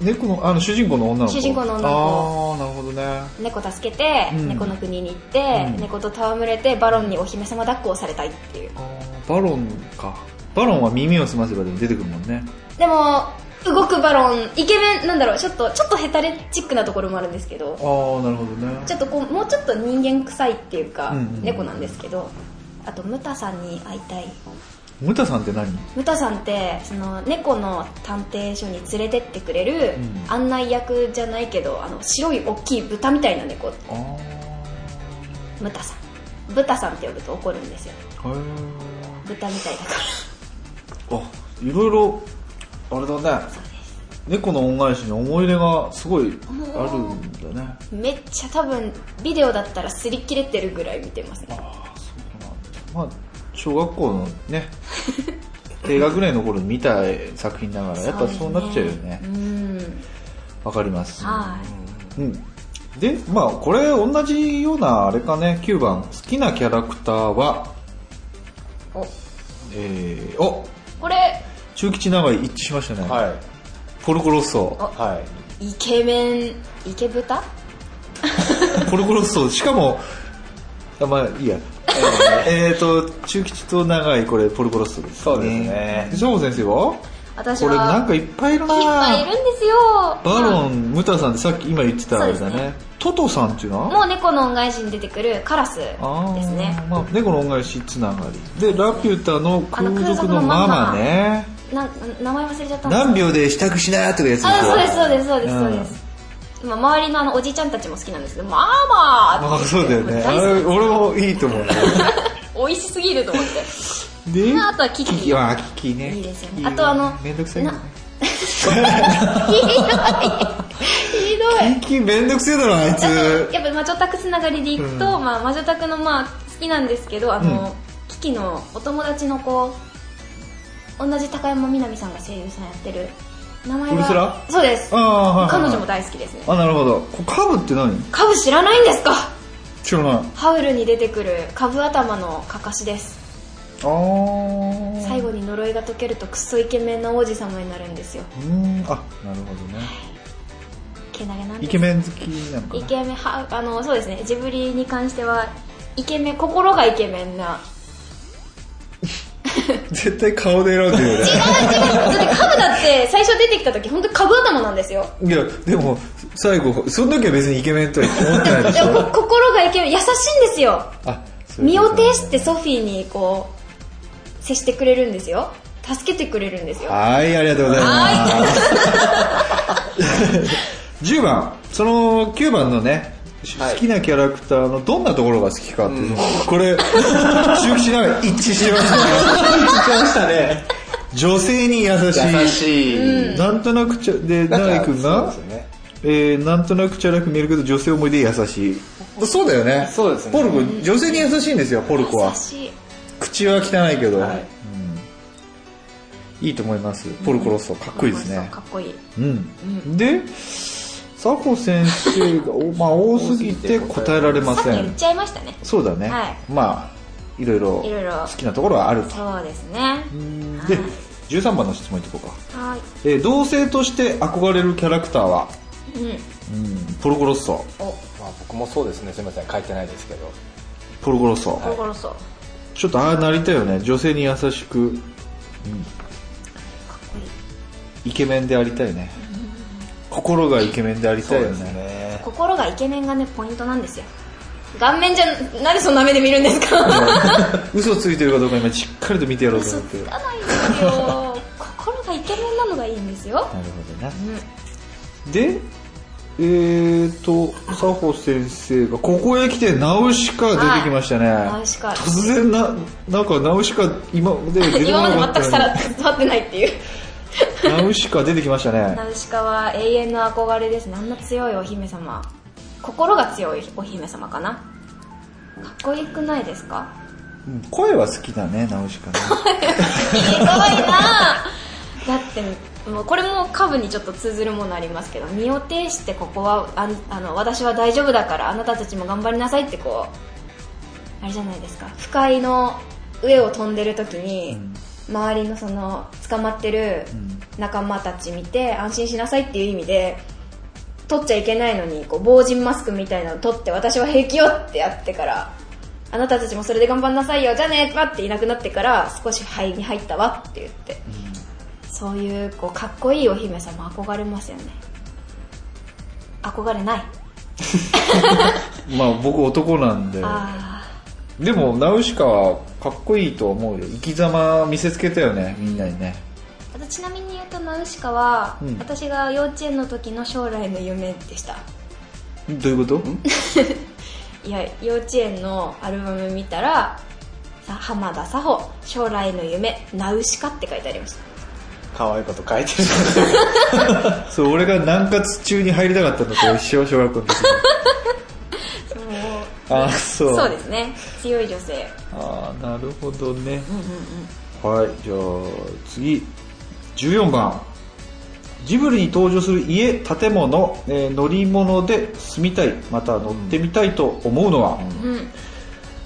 Speaker 4: 猫のあの主人公の女の子
Speaker 6: 主人公の女の
Speaker 4: ああーなるほどね
Speaker 6: 猫助けて、
Speaker 4: うん
Speaker 6: 猫の国に行って、
Speaker 4: うん
Speaker 6: 猫と戯れてバロンにお姫様抱っこをされたいっていう
Speaker 4: あーバロンかバロンは耳を澄ませばでも出てくるもんね
Speaker 6: でも動くバロンイケメンなんだろうちょっとちょっとヘタレチックなところもあるんですけど
Speaker 4: ああなるほどね
Speaker 6: ちょっとこうもうちょっと人間臭いっていうか、
Speaker 4: うんうん
Speaker 6: 猫なんですけどあとムタさんに会いたい
Speaker 4: ムタさんって何
Speaker 6: ムタさんってその猫の探偵所に連れてってくれる
Speaker 4: うん
Speaker 6: 案内役じゃないけどあの白い大きい豚みたいな猫
Speaker 4: ああ
Speaker 6: ムタさんブタさんって呼ぶと怒るんですよ
Speaker 4: へえ
Speaker 6: 豚みたいだか
Speaker 4: あいろいろあれだね猫の恩返しに思い入れがすごいあるんだね
Speaker 6: らめっちゃ多分ビデオだったら擦り切れてるぐらい見てますね
Speaker 4: まあ小学校の ね低学年の頃に見た作品ながらやっぱそうなっちゃうよね
Speaker 6: うん
Speaker 4: わかります
Speaker 6: は
Speaker 4: うんでまあこれ同じようなあれかね9番好きなキャラクターは
Speaker 6: お
Speaker 4: えー、お
Speaker 6: いこれ
Speaker 4: 中吉長井一致しましたね、
Speaker 5: はい
Speaker 4: ポルコロッソ
Speaker 5: はい
Speaker 6: イケメンイケ豚
Speaker 4: コロコロそうしかもあまあいいやえっと中吉と長いこれポルコロストです、ね、
Speaker 5: そうですね
Speaker 4: シャボ先生は
Speaker 6: 私
Speaker 4: こ
Speaker 6: は
Speaker 4: れなんかいっぱいいるない
Speaker 6: っぱいいるんですよ
Speaker 4: バロンムタさんってさっき今言ってたあれ
Speaker 6: そ
Speaker 4: だ
Speaker 6: う
Speaker 4: ね
Speaker 6: ですね
Speaker 4: トトさんっていうのは
Speaker 6: もう猫の恩返しに出てくるカラスで
Speaker 4: あー
Speaker 6: すね
Speaker 4: まあ、猫の恩返しつながりでラピュタの空
Speaker 6: あの空
Speaker 4: 賊
Speaker 6: 賊の
Speaker 4: の
Speaker 6: マ
Speaker 4: マ
Speaker 6: マ
Speaker 4: マね
Speaker 6: な名前忘れちゃったんです
Speaker 4: 何秒で支度しなーとかやつでしょ
Speaker 6: あそうですそうですそうですそうで
Speaker 4: ん
Speaker 6: す、今周りのあのおじいちゃんたちも好きなんですけどまあま
Speaker 4: まあそうだよねあれ
Speaker 6: 大好
Speaker 4: 俺もいいと思 うね
Speaker 6: き美味しすぎると思って
Speaker 4: で
Speaker 6: あとはキキ
Speaker 4: キキあキキね
Speaker 6: いいですよ
Speaker 4: キ
Speaker 6: ね
Speaker 4: キ
Speaker 6: あとあの
Speaker 4: めんどくさいよね
Speaker 6: なひどい
Speaker 4: キキめんどくせえだろあいつ
Speaker 6: やっぱ魔女宅つながりでいくと、まあ、魔女宅のまあ好きなんですけどあの、
Speaker 4: うん
Speaker 6: キキのお友達の子同じ高山みなみさんが声優さんやってる名前は
Speaker 4: ウルスラ
Speaker 6: そうです
Speaker 4: ああはい
Speaker 6: 彼女も大好きですね
Speaker 4: あなるほどこカブって何
Speaker 6: カブ知らないんですか
Speaker 4: 知らないあ
Speaker 6: ハウルに出てくるカブ頭のかかしです
Speaker 4: あ
Speaker 6: 最後に呪いが解けるとクソイケメンの王子様になるんですよ
Speaker 4: うーんあなるほどね
Speaker 6: けなげなんです
Speaker 4: イケメン好きなのか
Speaker 6: イ
Speaker 4: な
Speaker 6: ケメンはあのそうですねジブリに関してはイケメン心がイケメンな
Speaker 4: 絶対顔で選んでるよね
Speaker 6: だってカブだって最初出てきた時本当にカブ頭なんですよ
Speaker 4: いやでも最後その時は別にイケメンとは思 ってないで
Speaker 6: で
Speaker 4: し
Speaker 6: も
Speaker 4: ょ
Speaker 6: こ心がイケメン優しいんですよ
Speaker 4: あそうい
Speaker 6: 身
Speaker 4: うこと
Speaker 6: を挺してソフィーにこう接してくれるんですよ助けてくれるんですよ
Speaker 4: はいありがとうございます10番その9番のね
Speaker 5: はい
Speaker 4: 好きなキャラクターのどんなところが好きかっていうのこれ中期しながら一致してましたね
Speaker 5: ましたね
Speaker 4: 女性に優しい
Speaker 5: 優しい、
Speaker 4: なんとなくちゃで
Speaker 5: なん
Speaker 4: 長井
Speaker 5: か
Speaker 4: 君が
Speaker 5: そうですよね
Speaker 4: えーなんとなくちゃらく見えるけど女性思いで優しいそうだよね
Speaker 5: そうですね
Speaker 4: ポルコ女性に優しいんですよポルコは
Speaker 6: 優しい
Speaker 4: 口は汚いけど、
Speaker 5: はいい
Speaker 4: いいと思いますポルコロッソかっこいいですね
Speaker 6: かっこいい
Speaker 4: うん、で佐古先生 が、おまあ、多すぎて答えられま
Speaker 6: さっき
Speaker 4: せ
Speaker 6: 言
Speaker 4: ん
Speaker 6: っちゃいましたね
Speaker 4: そうだね、
Speaker 6: はい
Speaker 4: まあいろいろ
Speaker 6: いろいろ
Speaker 4: 好きなところはあると
Speaker 6: そうですね
Speaker 4: で13番の質問いっとこうか、
Speaker 6: はい
Speaker 4: えー同性として憧れるキャラクターは、
Speaker 6: うん
Speaker 4: うん、ポルコロッソ
Speaker 5: まあ、僕もそうですねすみません書いてないですけど
Speaker 4: ポルコロッソ、
Speaker 6: コロコロそう
Speaker 4: ちょっとああなりたいよね女性に優しく、うん、イケメンでありたいね心がイケメンでありたいよね
Speaker 5: ね
Speaker 6: 心がイケメンがねポイントなんですよ顔面じゃなんでそんな目で見るんですか
Speaker 4: 嘘ついてるかどうか今しっかりと見てやろうと
Speaker 6: 嘘
Speaker 4: 思って
Speaker 6: つ
Speaker 4: なる
Speaker 6: かないですよ心がイケメンなのがいいんですよ
Speaker 4: ほどね、でえーと佐保先生がここへ来てナウシカ出てきましたね、
Speaker 6: いナウシカ
Speaker 4: 突然ななんかナウシカ今まで出てこ
Speaker 6: 今
Speaker 4: な
Speaker 6: ま
Speaker 4: か
Speaker 6: で
Speaker 4: った
Speaker 6: 全く
Speaker 4: のに
Speaker 6: さら伝わってないっていう
Speaker 4: ナウシカ出てきましたね
Speaker 6: ナウシカは永遠の憧れですねあんな強いお姫様心が強いお姫様かなかっこよくないですか
Speaker 4: うん声は好きだねナウシカね
Speaker 6: えかわいいなだってもうこれも下部にちょっと通ずるものありますけど身を挺してここはあんあの私は大丈夫だからあなたたちも頑張りなさいってこうあれじゃないですか不快の上を飛んでる時に、周りのその捕まってる仲間たち見て安心しなさいっていう意味で取っちゃいけないのにこう防塵マスクみたいなの取って私は平気よってやってからあなたたちもそれで頑張んなさいよじゃあねパッていなくなってから少し肺に入ったわって言って、そういうこうかっこいいお姫様憧れますよね憧れない
Speaker 4: まあ僕男なんで
Speaker 6: あ
Speaker 4: でもナウシカはかっこいいと思うよ生き様見せつけたよねみんなにね
Speaker 6: ーあとちなみに言うとナウシカは、
Speaker 4: うん
Speaker 6: 私が幼稚園の時の将来の夢でした
Speaker 4: どういうこと
Speaker 6: いや幼稚園のアルバム見たらさ浜田佐穂将来の夢ナウシカって書いてありました
Speaker 5: 可愛いこと書いてる
Speaker 4: そう俺が南葛中に入りたかったのと一緒小学校の時あそう
Speaker 6: そうですね強い女性
Speaker 4: ああなるほどね、はいじゃあ次14番ジブリに登場する家建物、えー乗り物で住みたいまた乗ってみたいと思うのは、
Speaker 6: うん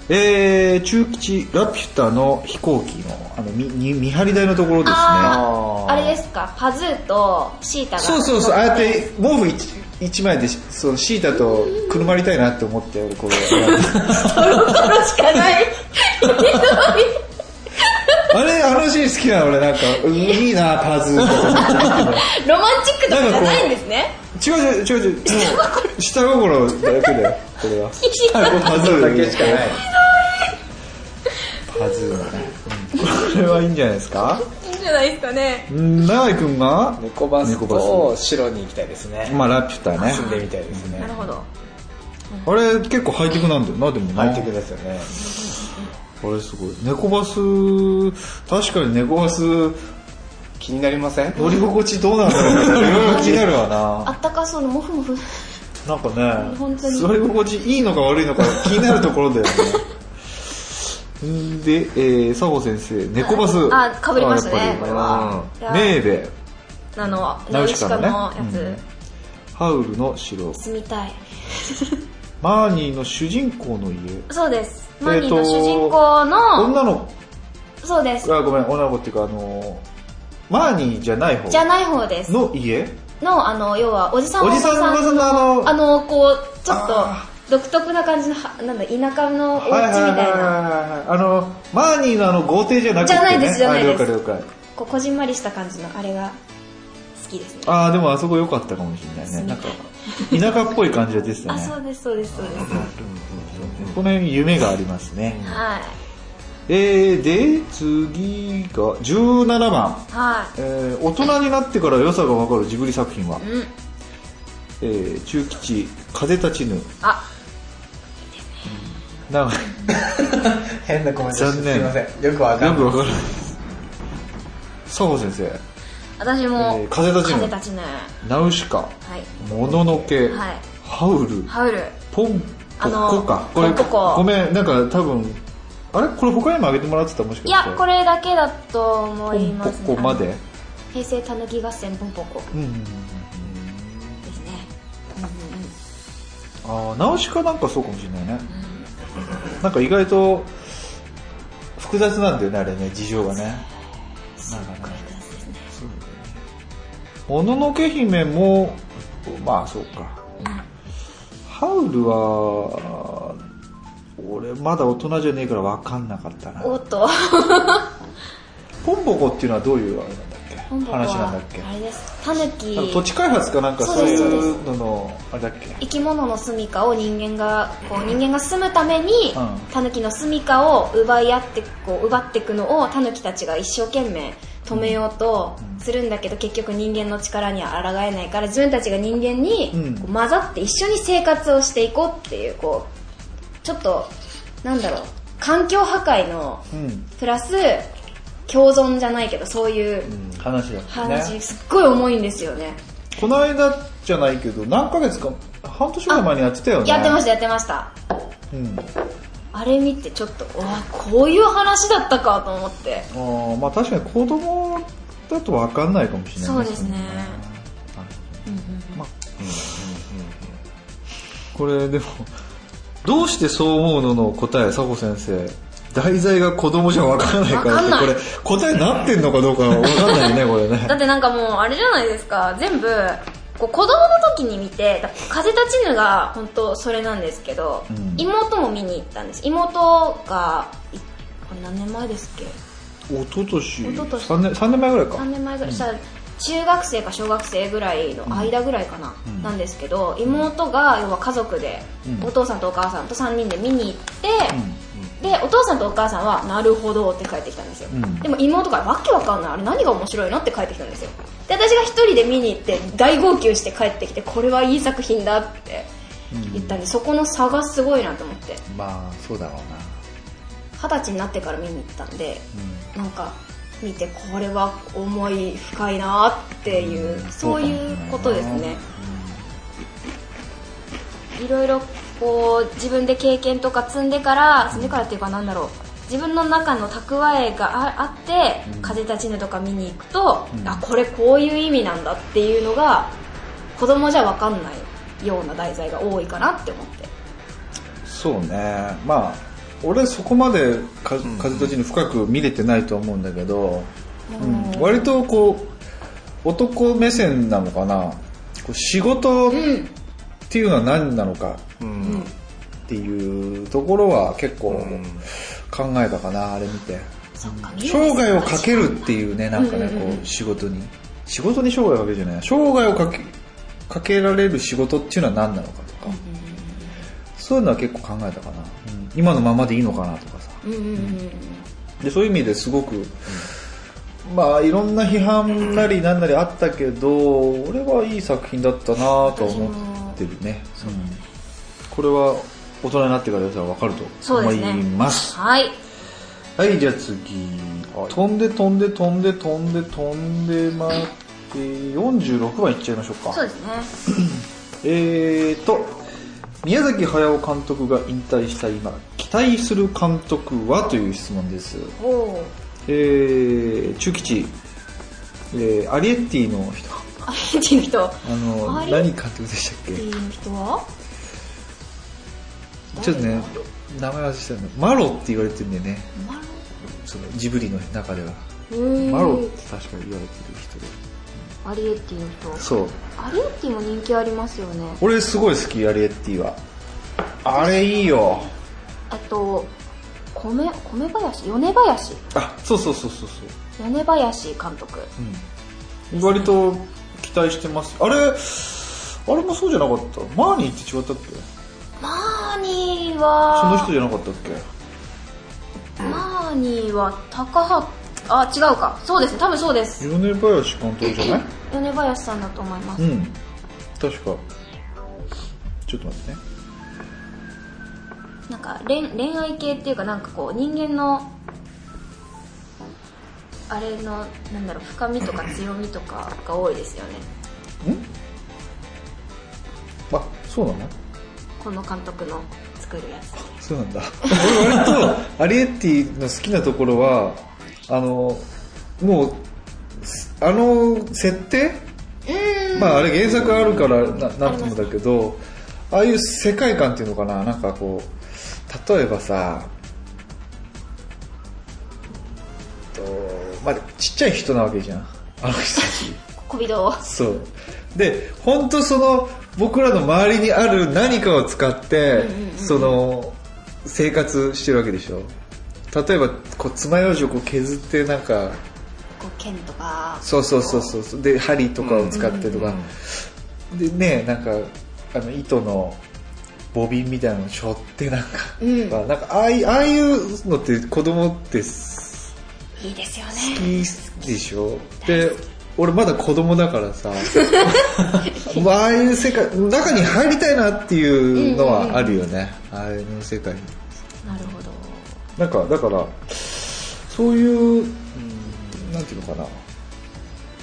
Speaker 4: えー中吉ラピュタの飛行機のあのみに見張り台のところですね
Speaker 6: あーあれですかパズーとシータが
Speaker 4: そうそうそうああやって毛布一一枚でしそのシータとくるまりたいなって思って俺 これ
Speaker 6: それしかない
Speaker 4: あれあのシーン好きなの俺なんかうんいいなパズーとか
Speaker 6: ロマンチックとかじゃないんですね
Speaker 4: 違う違う違う違う下心だけだよこれはパズーだけしかないパズーだね、うんこれはいいんじゃないですか
Speaker 6: いいんじゃないですかね
Speaker 4: うん永井君が、
Speaker 5: 猫バスと白に行きたいですね
Speaker 4: まあ、ラピュタね
Speaker 5: 住んでみたいですね
Speaker 6: なるほど
Speaker 4: あれ結構ハイテクなんだよなでもな
Speaker 5: ハイテクですよね
Speaker 4: あれすごい猫バス確かに猫バス
Speaker 5: 気になりません
Speaker 4: 乗り心地どうなのかいろいろ気になるわ
Speaker 6: あ
Speaker 4: な
Speaker 6: ったかそうなモフモフ
Speaker 4: なんかね
Speaker 6: 本当に
Speaker 4: 座り心地いいのか悪いのか気になるところ だよねんで、えー、佐保先生猫バス
Speaker 6: あ被りましたね
Speaker 4: あやっぱり
Speaker 6: これは
Speaker 4: うん
Speaker 6: いや
Speaker 4: メーベ
Speaker 6: あの
Speaker 4: ナ
Speaker 6: ナ
Speaker 4: ウ
Speaker 6: ウ
Speaker 4: シ
Speaker 6: シ
Speaker 4: カ
Speaker 6: カ
Speaker 4: の
Speaker 6: の
Speaker 4: ね
Speaker 6: やつ、
Speaker 4: うんハウルの城
Speaker 6: 住みたい
Speaker 4: マーニーの主人公の家
Speaker 6: そうです
Speaker 4: と
Speaker 6: マニーの主人公の、
Speaker 4: 女の
Speaker 6: そうです
Speaker 4: あごめん女の子っていうかあのマーニーじゃない方
Speaker 6: じゃない方ですの
Speaker 4: の家
Speaker 6: あの要はおじさん
Speaker 4: おじさんのおばさんのあの
Speaker 6: あのこうちょっと
Speaker 4: あ
Speaker 6: 独特な感じのはなんだ田舎のお家み
Speaker 4: はい
Speaker 6: たい
Speaker 4: はいはい
Speaker 6: な、
Speaker 4: はいはいあのマーニーのあの豪邸じゃなくて、ね、
Speaker 6: じゃないですじゃないです
Speaker 4: あ了解了解
Speaker 6: こうこじんまりした感じのあれが好きですね
Speaker 4: ああでもあそこ良かったかもしれないねなんか田舎っぽい感じが出てた
Speaker 6: あ
Speaker 4: ね
Speaker 6: そうですそうですそうです
Speaker 4: この辺夢がありますね、
Speaker 6: はい
Speaker 4: えー、で次が17番、
Speaker 6: は
Speaker 4: えー大人になってから良さが分かるジブリ作品は、
Speaker 6: いうん
Speaker 4: えー中吉風立ちぬ
Speaker 6: あ
Speaker 4: 長い
Speaker 5: 変なコメントして
Speaker 4: 残念
Speaker 5: すいませんよくわか
Speaker 4: よ
Speaker 5: ん
Speaker 4: く
Speaker 5: ない
Speaker 4: 分からない佐保先生
Speaker 6: 私も、
Speaker 4: えー風立ちぬ
Speaker 6: 風立ちぬは
Speaker 4: ナウシカ
Speaker 6: い
Speaker 4: もののけ、
Speaker 6: はい
Speaker 4: ハウル
Speaker 6: ハウル
Speaker 4: ポン
Speaker 6: あの
Speaker 4: ここかこれ
Speaker 6: ポココ
Speaker 4: ごめんなんか多分あれこれ他にもあげてもらってたもしか
Speaker 6: い
Speaker 4: してい
Speaker 6: やこれだけだと思いますね
Speaker 4: ここまで
Speaker 6: 平成たぬき合戦ポンポコ
Speaker 4: うんうんうん
Speaker 6: ですね
Speaker 4: ああ直しかなんかそうかもしれないねなんか意外と複雑なんだよねあれね事情がねなんかねそうだよねもののけ姫もまあそうかハウルは俺まだ大人じゃねえから分かんなかったな
Speaker 6: おっと
Speaker 4: ポンポコっていうのはどういうあれなんだっけ
Speaker 6: ポンポコ
Speaker 4: 話なんだ
Speaker 6: は
Speaker 4: っけ
Speaker 6: あれですたぬき
Speaker 4: なんか土地開発かなんか
Speaker 6: そ
Speaker 4: そうう
Speaker 6: です
Speaker 4: いうののあれだっけ
Speaker 6: 生き物の住みかを人間がこう人間が住むために
Speaker 4: うん
Speaker 6: タヌキの住みかを奪い合ってこう奪っていくのをタヌキたちが一生懸命止めようとするんだけど結局人間の力には抗えないから自分たちが人間に
Speaker 4: うん
Speaker 6: こう混ざって一緒に生活をしていこうっていうこうちょっとなんだろう環境破壊の
Speaker 4: うん
Speaker 6: プラス共存じゃないけどそういう
Speaker 4: 話だったね
Speaker 6: 話すっごい重いんですよね
Speaker 4: この間じゃないけど何ヶ月か半年ぐらい前にやってたよね
Speaker 6: やってましたやってました
Speaker 4: うん
Speaker 6: あれ見てちょっとうわこういう話だったかと思って
Speaker 4: あーまあ確かに子供だと分かんないかもしれない
Speaker 6: そうですね
Speaker 4: これでもどうしてそう思うのの答え佐保先生題材が子供じゃ分からないから
Speaker 6: 分かんない
Speaker 4: ってこれ答えになってんのかどうか分かんないねこれね
Speaker 6: だってなんかもうあれじゃないですか全部こう子供の時に見てだ風立ちぬが本当それなんですけど、
Speaker 4: うん
Speaker 6: 妹も見に行ったんです妹がいこれ何年前ですっけ
Speaker 4: 一昨年
Speaker 6: 一昨年
Speaker 4: 3年三年前ぐらいか
Speaker 6: 3年前ぐらいしたら中学生か小学生ぐらいの間ぐらいかな、
Speaker 4: うん
Speaker 6: なんですけど妹が要は家族で、
Speaker 4: うん
Speaker 6: お父さんとお母さんと3人で見に行って、
Speaker 4: う
Speaker 6: でお父さんとお母さんは「なるほど」って帰ってきたんですよ、
Speaker 4: うん
Speaker 6: でも妹から「わけわかんないあれ何が面白いの?」って帰ってきたんですよで私が一人で見に行って大号泣して帰ってきてこれはいい作品だって言ったんで、そこの差がすごいなと思って
Speaker 4: んまあそうだろうな
Speaker 6: 二十歳になってから見に行ったんで、なんか見てこれは思い深いなっていう、そういうことですね、いろいろこう自分で経験とか積んでから積んでからっていうかなんだろう自分の中の蓄えがああって「風立ちぬ」とか見に行くと、あこれこういう意味なんだっていうのが子供じゃ分かんないような題材が多いかなって思って
Speaker 4: そうねまあ俺そこまでか風と地に深く見れてないとは思うんだけど、うん割とこう男目線なのかなこう仕事っていうのは何なのか
Speaker 5: うん
Speaker 4: っていうところは結構
Speaker 5: ん
Speaker 4: 考えたかなあれ見て
Speaker 6: そっか見るん
Speaker 4: 生
Speaker 6: ですね
Speaker 4: 涯をかけるっていうねなんかねこう仕事に仕事に生涯をかけるじゃない生涯をかけかけられる仕事っていうのは何なのかとかそういうのは結構考えたかな、うん今のままでいいのかなとかさ
Speaker 6: うんうんうん
Speaker 4: でそういう意味ですごく、まあいろんな批判なりなんなりあったけど俺はいい作品だったなとは思ってるね、うんこれは大人になってからやわかると
Speaker 6: そう
Speaker 4: 思
Speaker 6: で
Speaker 4: い
Speaker 6: すね
Speaker 4: ます
Speaker 6: はい
Speaker 4: はい、じゃあ次。飛んで飛んで飛んで飛んで飛んで待って、46番いっちゃいましょうか。
Speaker 6: そうですね
Speaker 4: えーと、宮崎駿監督が引退した今、期待する監督はという質問です。
Speaker 6: お お
Speaker 4: えー、中吉、えー、アリエッティの人、
Speaker 6: アイティの人ア
Speaker 4: あの、
Speaker 6: アリ
Speaker 4: 何
Speaker 6: エッ
Speaker 4: 監督でしたっ
Speaker 6: イテ
Speaker 4: け
Speaker 6: ィの人は
Speaker 4: ちょっとね、名前忘れてたんだマロって言われてるんだよね。そのジブリの中では。
Speaker 6: うーん
Speaker 4: マロって確かに言われてる人で。
Speaker 6: アリエッティの人
Speaker 4: そう。
Speaker 6: アリエッティも人気ありますよね
Speaker 4: 俺すごい好きアリエッティはあれいいよ
Speaker 6: あと米米林米林
Speaker 4: あそうそうそうそうそう
Speaker 6: 米林監督
Speaker 4: うん割と期待してますあれあれもそうじゃなかったマーニーって違ったっけ
Speaker 6: マーニー
Speaker 4: その
Speaker 6: は
Speaker 4: 人じゃなかったっけ
Speaker 6: マーニーは高畑あ違うかそうですね多分そうです
Speaker 4: 米林監督じゃない
Speaker 6: 米林さんだと思います、
Speaker 4: うん確かちょっと待ってね
Speaker 6: なんか恋恋愛系っていうかなんかこう人間のあれのなんだろう深みとか強みとかが多いですよね
Speaker 4: あそうなの
Speaker 6: この監督の作るやつ
Speaker 4: そうなんだ俺割とアリエッティの好きなところはあのもうすあの設定まああれ原作あるからななんともだけどああいう世界観っていうのかななんかこう例えばさえっとまあちっちゃい人なわけじゃんあの人たち
Speaker 6: 小人を
Speaker 4: そうで本当その僕らの周りにある何かを使ってその生活してるわけでしょ例えばこう爪楊枝をこう削ってなんか
Speaker 6: こう剣とか
Speaker 4: そうそうそうそうそうで針とかを使ってとか、でねなんかあの糸のボビンみたいなのを背負ってなんか、
Speaker 6: うん
Speaker 4: まあなんかああいああいうのって子供って好
Speaker 6: いいですよね
Speaker 4: きでしょで俺まだ子供だから さまあああいう世界中に入りたいなっていうのはあるよね、ああいう世界に
Speaker 6: なるほど
Speaker 4: なんかだからそういう、うんなんていうのかな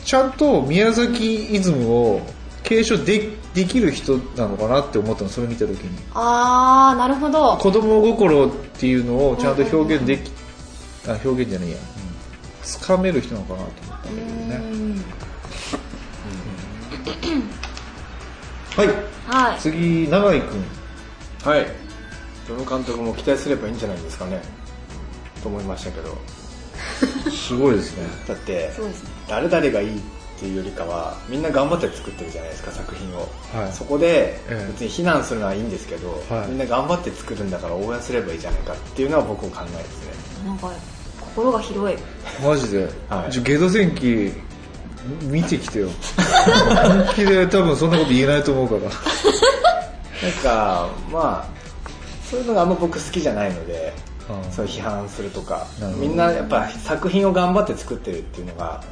Speaker 4: ちゃんと宮崎イズムを継承でできる人なのかなって思ったのそれ見た時に
Speaker 6: ああなるほど
Speaker 4: 子供心っていうのをちゃんと表現でき、あ表現じゃないやつか、掴める人なのかなと思ったんだけどね、はい
Speaker 6: はい
Speaker 4: 次永井君
Speaker 5: はいどの監督も期待すればいいんじゃないですかねと思いましたけど
Speaker 4: すごいですね
Speaker 5: だって
Speaker 6: そうですね
Speaker 5: 誰々がいいっていうよりかはみんな頑張って作ってるじゃないですか作品を、
Speaker 4: はい
Speaker 5: そこで
Speaker 4: ええ
Speaker 5: 別に非難するのはいいんですけど、
Speaker 4: はい
Speaker 5: みんな頑張って作るんだから応援すればいいじゃないかっていうのは僕の考えですね
Speaker 6: なんか心が広い
Speaker 4: マジで、
Speaker 5: はい
Speaker 4: じゃあゲド戦記見てきてよ本気で多分そんなこと言えないと思うか
Speaker 5: な
Speaker 4: ら
Speaker 5: んかまあそういうのがあんま僕好きじゃないので、
Speaker 4: うん
Speaker 5: そういう批判するとか
Speaker 4: なるほど
Speaker 5: みんなやっぱ作品を頑張って作ってるっていうのが、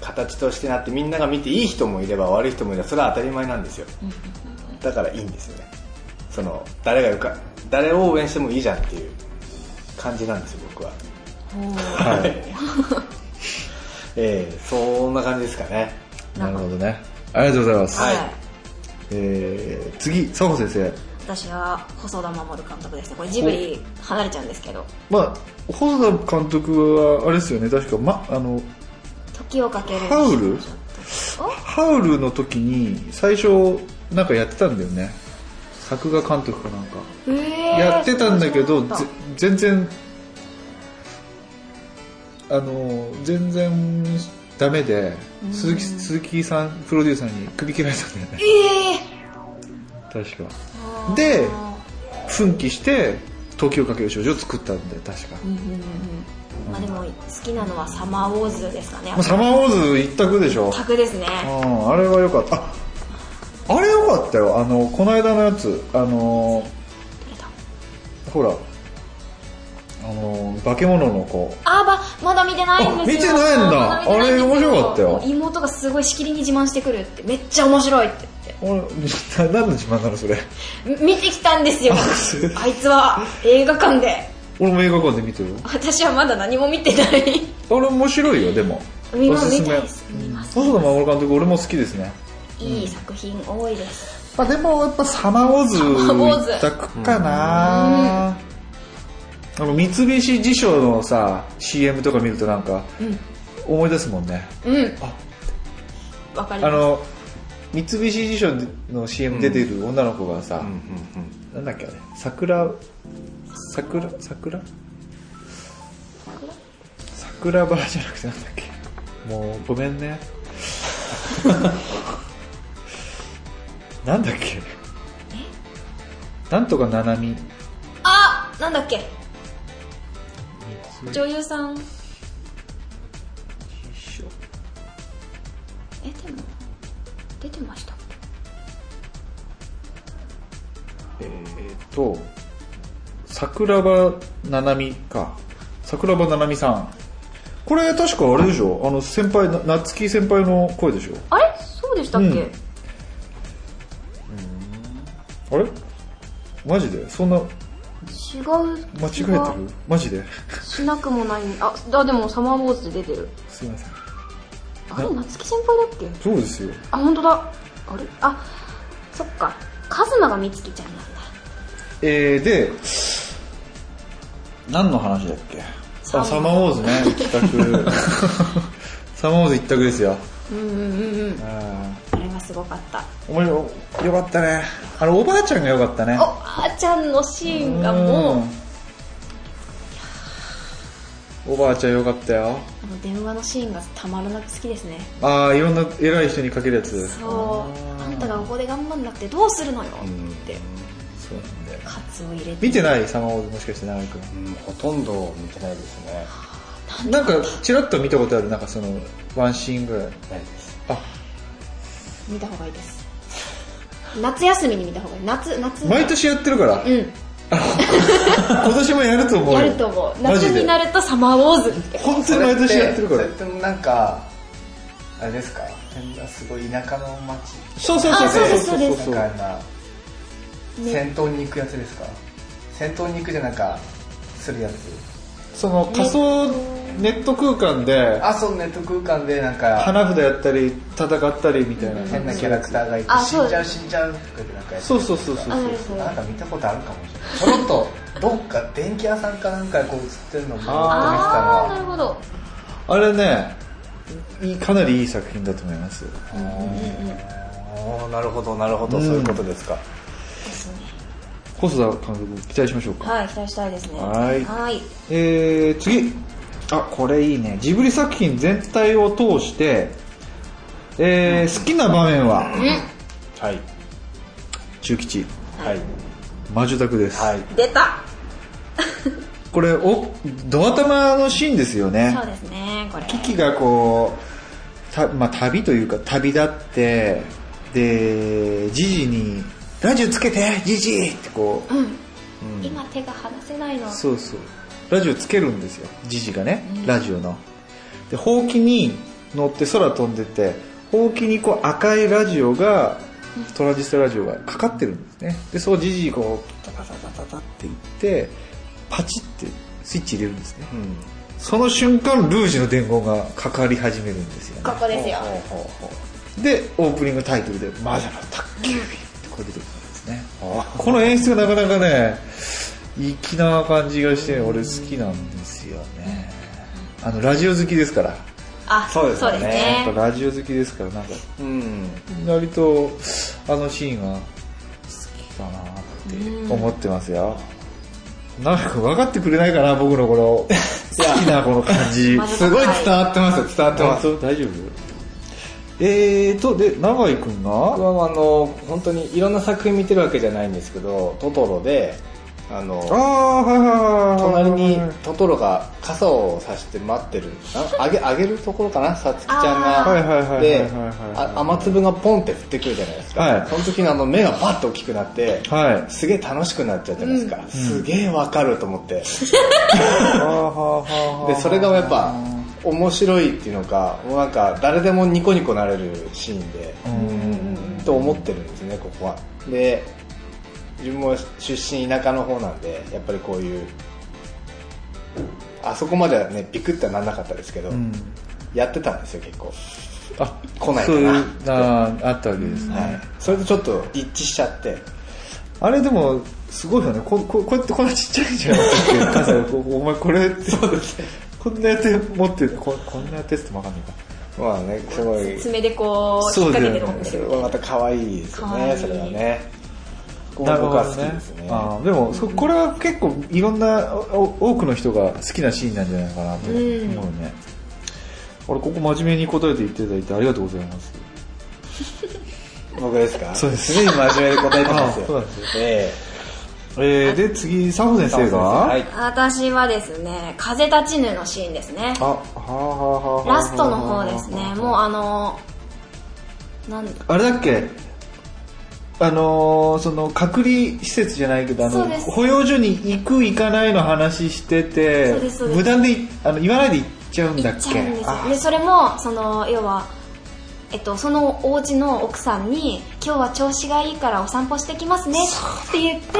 Speaker 5: 形としてなってみんなが見ていい人もいれば悪い人もいればそれは当たり前なんですよ、だからいいんですよねその誰がよか誰を応援してもいいじゃんっていう感じなんですよ僕ははい ええそんな感じですかね
Speaker 4: なるほどねありがとうございます、
Speaker 5: はい
Speaker 4: えー、次佐保先生
Speaker 6: 私は細田守監督ですねこれジブリ離れちゃうんですけど
Speaker 4: まあ細田監督はあれですよね確か、ま、あの
Speaker 6: 時をかける
Speaker 4: ハウル
Speaker 6: お
Speaker 4: ハウルの時に最初なんかやってたんだよね作画監督かなんか
Speaker 6: へー
Speaker 4: やってたんだけど、
Speaker 6: そうなんだ
Speaker 4: ぜ全然あの全然ダメで鈴木鈴木さんプロデューサーに首切られたんだよね
Speaker 6: ええ
Speaker 4: 確かで奮起して「東京かける少女」を作ったんで確か、も
Speaker 6: まあでも好きなのはサマーウォーズですかね
Speaker 4: うサマーウォーズ一択でしょ、
Speaker 6: 格ですね
Speaker 4: うん、あれは良かったああれ良かったよあのこの間のやつあのほらあの化け物の子
Speaker 6: あーばまだ見てないんですよ
Speaker 4: あ見てないんだ
Speaker 6: ま見てないんです
Speaker 4: あれ面白かったよ
Speaker 6: 妹がすごいしきりに自慢してくるってめっちゃ面白いって
Speaker 4: あれ何の自慢なのそれ
Speaker 6: 言ってみ見てきたんですよ
Speaker 4: そう
Speaker 6: あいつは映画館で
Speaker 4: 俺も映画館で見てるよ
Speaker 6: 私はまだ何も見てない
Speaker 4: あれ面白いよでも
Speaker 6: 見
Speaker 4: お
Speaker 6: ま
Speaker 4: す
Speaker 6: す見
Speaker 4: すめ
Speaker 6: たいです見ます
Speaker 4: 細田守監督俺も好きですね
Speaker 6: いい作品多いです
Speaker 4: まあ、でもやっぱサマーウォ
Speaker 6: サマ
Speaker 4: ー
Speaker 6: ーウォーズ
Speaker 4: ズ一択かなあの三菱地所のさ CM とか見るとなんか思い出すもんね、
Speaker 6: うん
Speaker 4: あ
Speaker 6: わかり
Speaker 4: あ
Speaker 6: ます
Speaker 4: の三菱地所の CM 出てる女の子がさ、
Speaker 5: うんうんうん
Speaker 4: なんだっけあれ桜桜桜桜バラじゃなくてなんだっけもうごめんねなんだっけなんとかななみ
Speaker 6: あなんだっけ女優さんえでも出てましたっ
Speaker 4: え
Speaker 6: け
Speaker 4: ーっと桜庭ななみか桜庭ななみさんこれ確かあれでしょあの先輩な夏木先輩の声でしょ
Speaker 6: あれそうでしたっけ、
Speaker 4: うんあれマジでそんな
Speaker 6: 違う
Speaker 4: 間違えて
Speaker 6: 気
Speaker 4: る
Speaker 6: が
Speaker 4: マジで
Speaker 6: しなくもないああでもサマーウォーズで出てる
Speaker 4: すいません
Speaker 6: あれ夏木先輩だっけ
Speaker 4: そうですよ
Speaker 6: あ本当だあれあそっかカズマが美月ちゃんなんだ
Speaker 4: えー、で何の話だっけあサマーウォーズ ね一択サマーウォーズ一択ですよ
Speaker 6: あれはすごかった
Speaker 4: 面白いよかったねあれおばあちゃんがよかったね
Speaker 6: おばあちゃんのシーンがもう
Speaker 4: うんおばあちゃんよかったよ
Speaker 6: あの電話のシーンがたまらなく好きですね
Speaker 4: ああいろんな偉い人にかけるやつ
Speaker 6: そうあんたがここで頑張んなくてどうするのよって
Speaker 4: そうなんだよ
Speaker 6: カツを入れて
Speaker 4: 見てないサマーウォーズもしかして長井君
Speaker 5: うんほとんど見てないですね
Speaker 4: なんかちらっと見たことあるなんかそのワンシーンぐらい
Speaker 5: ないです
Speaker 4: あ
Speaker 6: 見た方がいいです夏休みに見た方がいい夏夏
Speaker 4: 毎年やってるから
Speaker 6: うん
Speaker 4: 今年もやると思うよ
Speaker 6: やると思う
Speaker 4: マ
Speaker 6: 夏
Speaker 4: ジで
Speaker 6: になるとサマーウォーズって
Speaker 4: 本当に毎年やってるから
Speaker 5: それってなんかあれですか変なすごい田舎の町
Speaker 4: そうそう
Speaker 6: あそうですそうです
Speaker 5: みたいな戦闘に行くやつですか戦闘に行くじゃなんかするやつ
Speaker 4: その仮想ネット空間で
Speaker 5: あそうネット空間でなんか
Speaker 4: 花札やったり戦ったりみたいな
Speaker 5: 変なキャラクターがいて
Speaker 6: あ
Speaker 5: 死んじゃ
Speaker 6: そう
Speaker 5: う死んじゃうとか言ってなんかやつ
Speaker 4: そうそうそうそう
Speaker 6: あそうです
Speaker 5: なんか見たことあるかもしれないちょろっとどっか電気屋さんかなんかこう映ってるのを見た
Speaker 6: ああな
Speaker 5: ら
Speaker 6: るほど
Speaker 4: あれねいいかなりいい作品だと思います
Speaker 5: おーなるほどなるほど、
Speaker 4: うん
Speaker 5: そういうことですか
Speaker 4: 細田監督期待しましょうか
Speaker 6: はい期待したいですね
Speaker 4: はい
Speaker 6: はい
Speaker 4: えー、次あこれいいねジブリ作品全体を通して、えー、好きな場面は
Speaker 5: はい
Speaker 4: 中吉
Speaker 5: はい
Speaker 4: 魔女宅です、
Speaker 5: はい
Speaker 6: 出た
Speaker 4: これおドア玉のシーンですよね
Speaker 6: そうですねこれ
Speaker 4: キキがこうた、まあ、旅というか旅立ってでジジに「ラジオつけてジジ!」ってこう、
Speaker 6: 今手が離せないの
Speaker 4: そうそうラジオつけるんですよジジがね、ラジオのでほうきに乗って空飛んでてほうきにこう赤いラジオがトランジスタラジオがかかってるんですねでそうジジこうタタタタタタっていってパチってスイッチ入れるんですね
Speaker 5: うん
Speaker 4: その瞬間ルージュの伝言がかかり始めるんですよね
Speaker 6: ここですよ
Speaker 4: でオープニングタイトルで「マジの宅急便」ってこれ出てくるんですねこの演出がなかなかね粋な感じがして俺好きなんですよねあのラジオ好きですから
Speaker 6: あ
Speaker 5: そうですよね
Speaker 4: やっぱラジオ好きですからなんか
Speaker 5: うん
Speaker 4: 割とあのシーンは好きだなって思ってますよなんか分かってくれないかな僕のこの 好きなこの感じ
Speaker 5: すごい伝わってますよ伝わってます
Speaker 4: 本当大丈夫えーとで永井君が
Speaker 5: 僕はあの本当にいろんな作品見てるわけじゃないんですけど「トトロで」あの
Speaker 4: ああはいはいはい
Speaker 5: 隣にトトロが傘を差して待ってるああげあげるところかなさつきちゃんが、
Speaker 4: はいはいはいはいはい
Speaker 5: で
Speaker 4: はい
Speaker 5: あ雨粒がポンって降ってくるじゃないですか、
Speaker 4: はい
Speaker 5: その時のあの目がパッと大きくなって、
Speaker 4: はい
Speaker 5: すげえ楽しくなっちゃうじゃないですか、すげえわかると思ってでそれがやっぱ面白いっていうのかもうなんか誰でもニコニコなれるシーンでと思ってるんですねここはで自分も出身田舎の方なんでやっぱりこういうあそこまではねビクッとはなんなかったですけど、
Speaker 4: ん
Speaker 5: やってたんですよ結構
Speaker 4: あ
Speaker 5: 来ないかな
Speaker 4: そういうあーあったわけですね、
Speaker 5: はい、それとちょっと一致しちゃって
Speaker 4: あれでもすごいよねこここうやってこんなちっちゃいんじゃなくて傘 がこうお前これってこんなやって持ってるここんなやってってもわかんないか
Speaker 5: まあねすごい
Speaker 6: 爪でこう引っ掛けてるんですよ
Speaker 5: また可愛いですよ
Speaker 6: 可
Speaker 5: ね
Speaker 6: 愛い
Speaker 5: それはね僕
Speaker 4: なるほ
Speaker 5: は
Speaker 4: ど
Speaker 5: 好き
Speaker 4: ね
Speaker 5: ですね
Speaker 4: あーでもそこれは結構いろんなお多くの人が好きなシーンなんじゃないかなと思うね、俺ここ真面目に答えていただいてありがとうございます
Speaker 5: 僕ですか
Speaker 4: そうです
Speaker 5: 常に真面目に答えてます
Speaker 4: あ
Speaker 5: よ
Speaker 4: そうなんですよ
Speaker 5: え
Speaker 4: えー、で次佐保先
Speaker 5: え
Speaker 4: 生が
Speaker 5: はい
Speaker 6: 私はですね風立ちぬのシーンですね
Speaker 4: あはあはあはあはあ
Speaker 6: ラストの方ですねもうあのなん
Speaker 4: あれだっけあのーその隔離施設じゃないけどあ
Speaker 6: そ
Speaker 4: の
Speaker 6: うです
Speaker 4: 保養所に行く行かないの話してて
Speaker 6: そうですそうです
Speaker 4: 無断でいあの言わないで行っちゃうんだ
Speaker 6: 行
Speaker 4: っ
Speaker 6: っち
Speaker 4: け
Speaker 6: ゃうんですよ
Speaker 4: あ
Speaker 6: でそれもその要は、えっと、そのお家の奥さんに「今日は調子がいいからお散歩してきますね」って言って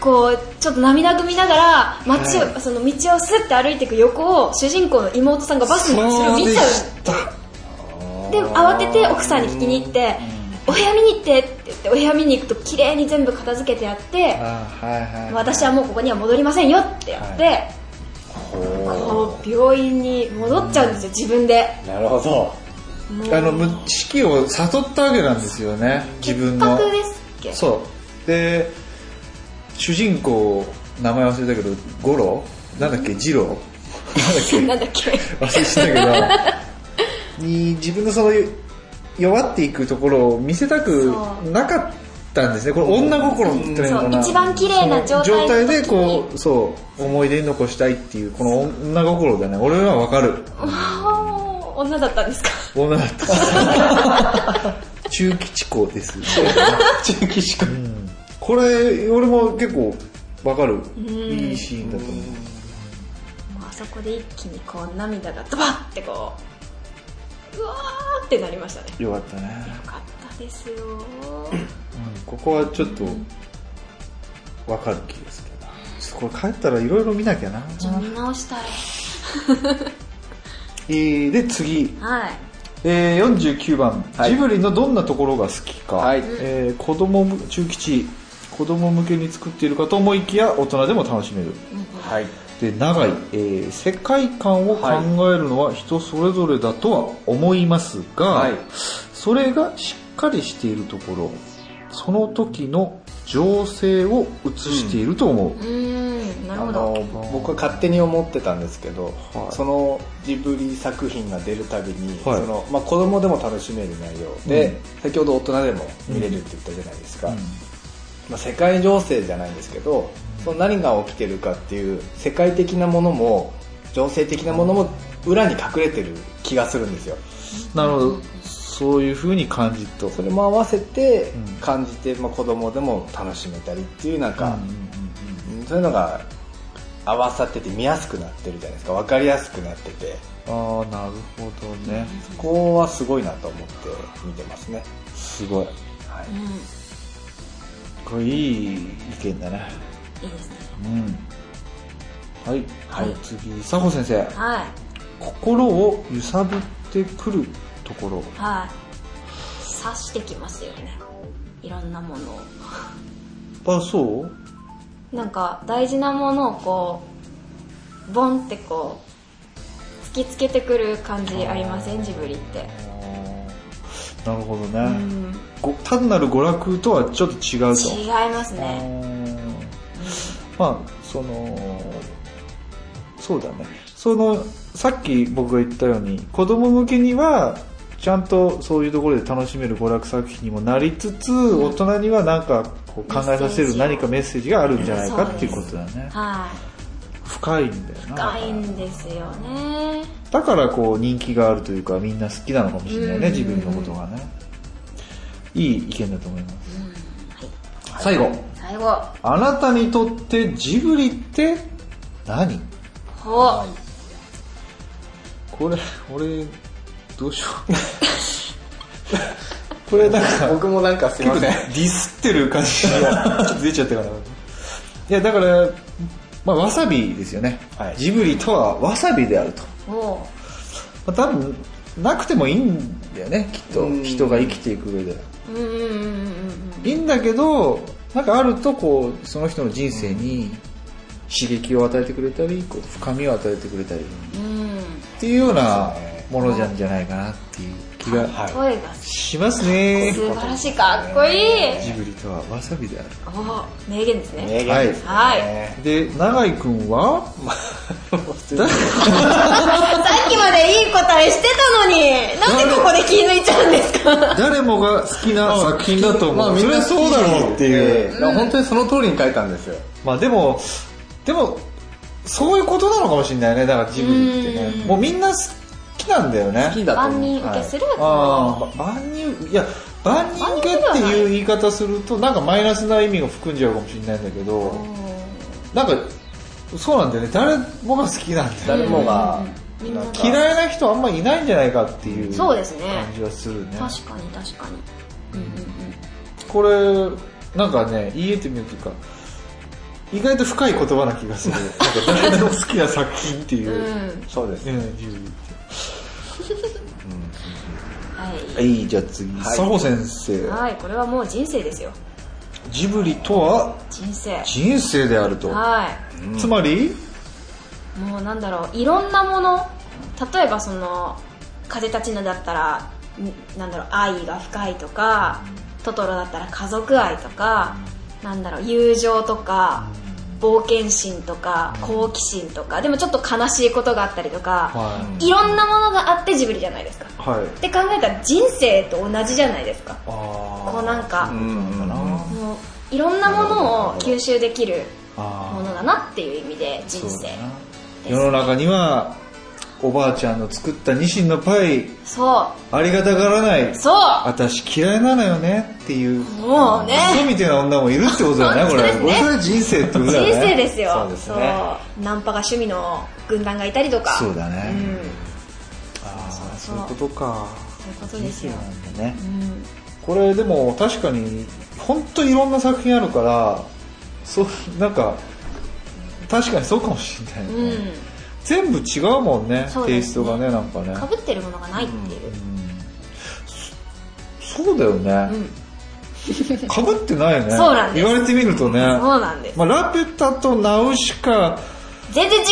Speaker 6: こうちょっと涙ぐみながら街を、その道をスッて歩いていく横を主人公の妹さんがバスの後ろを見ち
Speaker 4: そ
Speaker 6: ゃう
Speaker 4: うでした
Speaker 6: で慌てて奥さんに聞きに行って「お部屋見に行って」って言ってお部屋見に行くと綺麗に全部片付けてやって
Speaker 4: あーはいはい
Speaker 6: 私はもうここには戻りませんよってやって、こう病院に戻っちゃうんですよ自分で
Speaker 5: なるほど
Speaker 4: あのむ四季を悟ったわけなんですよね自分の
Speaker 6: 結核ですっけ
Speaker 4: そうで主人公名前忘れたけど五郎なんだっけ二郎なんだっけ
Speaker 6: なんだっ け
Speaker 4: 忘れちゃったけどに自分のその弱っていくところを見せたく
Speaker 6: そう
Speaker 4: なかったんですねこれ女心っていうのか
Speaker 6: そう
Speaker 4: な
Speaker 6: 一番綺麗な状態
Speaker 4: その状態
Speaker 6: の
Speaker 4: で
Speaker 6: 時に
Speaker 4: こうそう思い出に残したいっていうこの女心だね俺はわか る
Speaker 6: あー女だったんですか
Speaker 4: 女だった中吉校です
Speaker 5: 中期しか
Speaker 4: これ俺も結構わかるいいシーンだと思う
Speaker 6: もうあそこで一気にこう涙がドバッてこううわーってなりましたね
Speaker 4: よかったね、
Speaker 6: よかった ですよ
Speaker 4: うんここはちょっとわかる気がするなちょっとこれ帰ったらいろいろ見なきゃな
Speaker 6: じゃあ見直したい
Speaker 4: えーで次、
Speaker 6: はい
Speaker 4: えー、49番、
Speaker 5: はい
Speaker 4: ジブリのどんなところが好きか、
Speaker 5: はい
Speaker 4: えー子供む中吉子供向けに作っているかと思いきや大人でも楽しめる
Speaker 5: はい
Speaker 4: で長い、えー世界観を考えるのは人それぞれだとは思いますが、
Speaker 5: はい
Speaker 4: それがしっかりしているところその時の情勢を映していると思う、
Speaker 6: うーんな
Speaker 5: あ
Speaker 6: るほど
Speaker 5: の僕は勝手に思ってたんですけど、
Speaker 4: はい
Speaker 5: そのジブリ作品が出るたびに、
Speaker 4: はい
Speaker 5: そのまあ、子供でも楽しめる内容で、
Speaker 4: う
Speaker 5: 先ほど大人でも見れるって言ったじゃないですか、
Speaker 4: うん
Speaker 5: まあ、世界情勢じゃないんですけどその何が起きてるかっていう世界的なものも情勢的なものも裏に隠れてる気がするんですよ
Speaker 4: なるほどそういうふうに感じと
Speaker 5: それも合わせて
Speaker 4: うん
Speaker 5: 感じて、まあ、子供でも楽しめたりっていうなん
Speaker 4: うんうん
Speaker 5: か、うんそういうのが合わさってて見やすくなってるじゃないですか分かりやすくなってて
Speaker 4: うんああなるほどね
Speaker 5: そこはすごいなと思って見てますね、
Speaker 4: すごい
Speaker 5: はい
Speaker 4: これいい意見だね
Speaker 6: いいですね
Speaker 4: うんはい、はい、次佐保先生
Speaker 6: はい
Speaker 4: 心を揺さぶってくるところ
Speaker 6: はい刺してきますよねいろんなものを
Speaker 4: あそう
Speaker 6: なんか大事なものをこうボンってこう突きつけてくる感じありませんジブリって
Speaker 4: なるほどね、
Speaker 6: うん
Speaker 4: ご単なる娯楽とはちょっと違うと
Speaker 6: 違います
Speaker 4: あ
Speaker 6: ね
Speaker 4: ーまあそのそうだねそのさっき僕が言ったように子供向けにはちゃんとそういうところで楽しめる娯楽作品にもなりつつ、大人には何かこう考えさせ
Speaker 6: メッセー
Speaker 4: る
Speaker 6: ジ
Speaker 4: 何かメッセージがあるんじゃないかっていうことだね
Speaker 6: は
Speaker 4: 深いんだよ
Speaker 6: い
Speaker 4: な
Speaker 6: 深いんですよね
Speaker 4: だからこう人気があるというかみんな好きなのかもしれないね、
Speaker 6: うん
Speaker 4: 自分のことがねいい意見だと思います、最後
Speaker 6: 最後
Speaker 4: あなたにとってジブリって何
Speaker 6: ほう
Speaker 4: これ俺どうしよ うこれなんか
Speaker 5: 僕もなんかすいません
Speaker 4: ディスってる感じがちょっと 出ちゃったかないやだから、まあ、わさびですよね、
Speaker 5: はい
Speaker 4: ジブリとはわさびであると
Speaker 6: ほ
Speaker 4: まあ、多分なくてもいいんだよねきっと
Speaker 5: うん
Speaker 4: 人が生きていく上で
Speaker 6: ううんうんうんうん
Speaker 4: いいんだけどなんかあるとこうその人の人生に刺激を与えてくれたりこう深みを与えてくれたりっ
Speaker 6: うんうん
Speaker 4: ていうような
Speaker 5: そうですね
Speaker 4: ものじゃんじゃないかなっていう気が
Speaker 5: はい
Speaker 6: 声が
Speaker 4: しますね
Speaker 6: 素晴らしいかっこいい
Speaker 4: ジブリとはわさびである
Speaker 6: お名言ですね
Speaker 5: 名言ですね、
Speaker 6: はい
Speaker 4: で永井君は
Speaker 6: さっきまでいい答えしてたのになんでここで気抜いちゃうんですか
Speaker 4: 誰もが好きな作品だと思う、それはそうだろうっていう、
Speaker 5: ええ本当にその通りに書いたんですよ
Speaker 4: まあでも、でも、そういうことなのかもしれないね、だからジブリってね。もうみんな好きなんだよね。
Speaker 5: だ
Speaker 6: 万人受けする
Speaker 4: ああ、ば万人、いや、万人受けっていう言い方すると、なんかマイナスな意味が含んじゃうかもしれないんだけど、なんか、そうなんだよね、誰もが好きなんだよ
Speaker 5: 誰
Speaker 4: ね
Speaker 5: もが
Speaker 6: みんなが
Speaker 4: 嫌いな人あんまいないんじゃないかっていう
Speaker 6: そう
Speaker 4: 感
Speaker 6: ですね
Speaker 4: じはするね。
Speaker 6: 確かに確かに
Speaker 4: これ、なんかね、言えてみるというか、意外と深い言葉な気が する。なんか誰でも好きな作品っていう。
Speaker 6: うん
Speaker 5: そうですね
Speaker 4: うん、ジブリって。
Speaker 6: はは
Speaker 7: はい、じゃあ次、佐保先生。
Speaker 6: い、はい、これはもう人生ですよ
Speaker 7: ジブリとは
Speaker 6: 人生
Speaker 7: 人生であると。
Speaker 6: はい
Speaker 4: つまり
Speaker 6: もうなんだろういろんなもの例えばその「風立ちぬ」だったらんなんだろう愛が深いとか「トトロ」だったら家族愛とかなんだろう友情とか冒険心とか好奇心とかでもちょっと悲しいことがあったりとか
Speaker 4: はい
Speaker 6: ろんなものがあってジブリじゃないですか
Speaker 4: い、はい、
Speaker 6: って考えたら人生と同じじゃないですかこうなんか
Speaker 5: うんうんうん
Speaker 6: もういろんなものを吸収できるも
Speaker 4: あ
Speaker 6: のだなっていう意味で人
Speaker 4: ーそう
Speaker 6: 生
Speaker 4: だな世の中にはおばあちゃんの作ったニシンのパイ
Speaker 6: そ
Speaker 4: ありがたがらないう
Speaker 6: そう
Speaker 4: 私嫌いなのよねっていう
Speaker 6: もうね
Speaker 4: クソみたいな女もいるってことだよねこれ
Speaker 6: 本当ですね
Speaker 4: これ人生ってこと
Speaker 6: 人
Speaker 4: だよね
Speaker 6: 生ですよ
Speaker 5: そうですね
Speaker 6: そうナンパが趣味の軍団がいたりとか
Speaker 4: そうだね
Speaker 6: うん、
Speaker 7: そういうことか。
Speaker 6: そういうことですよ、
Speaker 4: なんだね
Speaker 6: うん、
Speaker 4: これでも確かに本当いろんな作品あるからそうなんか確かにそうかもしれない、ね
Speaker 6: う
Speaker 4: 全部違うもんね
Speaker 6: そう
Speaker 4: テ
Speaker 6: で
Speaker 4: イ
Speaker 6: すね
Speaker 4: ストがねなんかね
Speaker 6: ん、かぶってるものがないっていう、
Speaker 4: そうだよね、 かぶってないね
Speaker 6: そうなんです
Speaker 4: 言われてみるとね、
Speaker 6: そうなんです、
Speaker 4: まあ、ラピュタとナウシカ
Speaker 6: 全然違い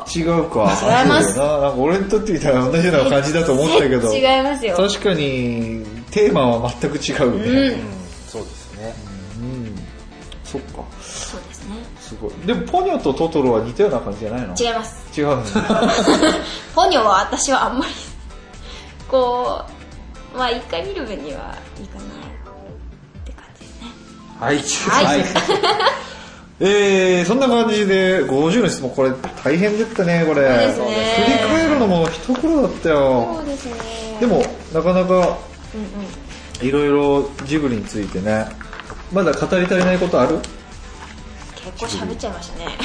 Speaker 6: ますよ
Speaker 4: 違うか
Speaker 6: 違います
Speaker 4: そうだよななんか俺にとってみたら同じような感じだと思ったけど
Speaker 6: 全然違いますよ
Speaker 4: 確かにテーマは全く違うね、
Speaker 6: うん
Speaker 7: そうですね。
Speaker 4: そっか
Speaker 6: そうですね
Speaker 4: すごいでもポニョとトトロは似たような感じじゃないの
Speaker 6: 違います
Speaker 4: 違うんだ
Speaker 6: ポニョは私はあんまりこうまあ一回見る分にはいいかなって感じですね
Speaker 4: はい、
Speaker 6: はい
Speaker 4: えー、そんな感じで50の質問これ大変だったねこれ
Speaker 6: そうですね
Speaker 4: 振り返るのも一苦労だったよ
Speaker 6: そうですね
Speaker 4: でもなかなか
Speaker 6: うんうん
Speaker 4: いろいろジブリについてねまだ語り足りないことある
Speaker 6: 結構喋っちゃいましたね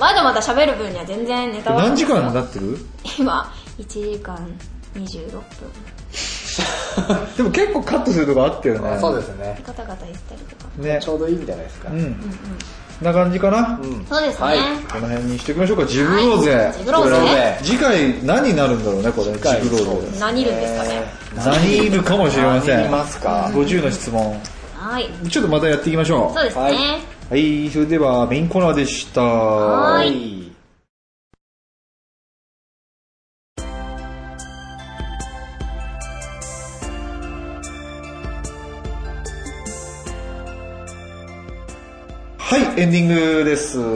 Speaker 6: まだまだ喋る分には全然ネタは
Speaker 4: 何時間になってる
Speaker 6: 今1時間26分
Speaker 4: でも結構カットするとこあったよね
Speaker 5: そうですね
Speaker 6: ガタガタ言ったりとか
Speaker 4: ね
Speaker 5: ちょうどいいんじゃないですか、
Speaker 4: うん、こんな感じかな、
Speaker 6: そうですね、
Speaker 5: はい
Speaker 4: この辺にしておきましょうかジブローゼ、
Speaker 6: ジブローゼね
Speaker 4: 次回何になるんだろうねこれジブ
Speaker 5: 回
Speaker 4: ローゼ
Speaker 6: 何いるんですかね
Speaker 4: 何いるかもしれません
Speaker 5: 何いますか
Speaker 4: 50の質問
Speaker 6: はい
Speaker 4: ちょっとまたやっていきましょ
Speaker 6: そうですね、
Speaker 5: はい
Speaker 4: はいうそれではメインコーナーでした
Speaker 6: は
Speaker 5: はいい
Speaker 4: はいエンディングです、
Speaker 6: い
Speaker 4: 第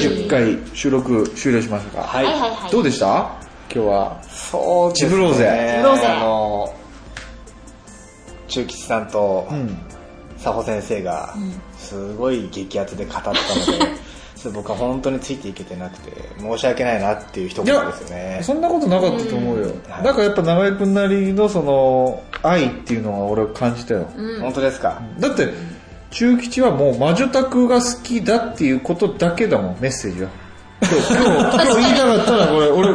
Speaker 4: 10回収録終了しましたか、
Speaker 5: はい、
Speaker 6: はいはいはい
Speaker 4: どうでした今日は
Speaker 5: そうですね
Speaker 4: ジブローゼ
Speaker 6: ジブローゼ
Speaker 5: あの中吉さんと
Speaker 4: うん
Speaker 5: 佐保先生がすごい激アツで語 ったので、ちょっと僕は本当についていけてなくて申し訳ないなっていう一言
Speaker 4: いや
Speaker 5: ですよね
Speaker 4: そんなことなかったと思うよ、
Speaker 5: はい
Speaker 4: なんかやっぱ長井君なりのその愛っていうのは俺は感じたよ、
Speaker 5: 本当ですか、
Speaker 4: だって中吉はもう魔女宅が好きだっていうことだけだもんメッセージは今日今日 今日言いたかったらこれ俺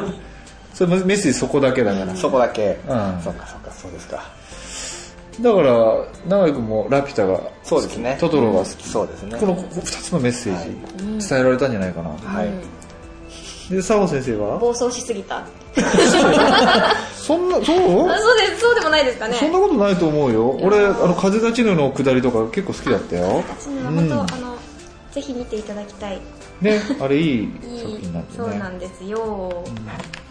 Speaker 4: それメッセージそこだけだから
Speaker 5: そこだけ、
Speaker 4: うん
Speaker 5: そっかそっかそうですか
Speaker 4: だから長井君も「ラピュタ」が
Speaker 5: そうですね
Speaker 4: トトロが好き
Speaker 5: そうですね
Speaker 4: この2つのメッセージ伝えられたんじゃないかな、
Speaker 5: はい、
Speaker 4: で佐保先生は
Speaker 6: 暴走しすぎた
Speaker 4: そんなそう
Speaker 6: あそうですそうでもないですかね
Speaker 4: そんなことないと思うよ俺あの風立ちぬの下りとか結構好きだったよ
Speaker 6: 私ね本当、あのぜひ見ていただきたい
Speaker 4: ねあれいい
Speaker 6: いい
Speaker 4: 作品なんで
Speaker 6: そうな
Speaker 4: ね
Speaker 6: んですよ、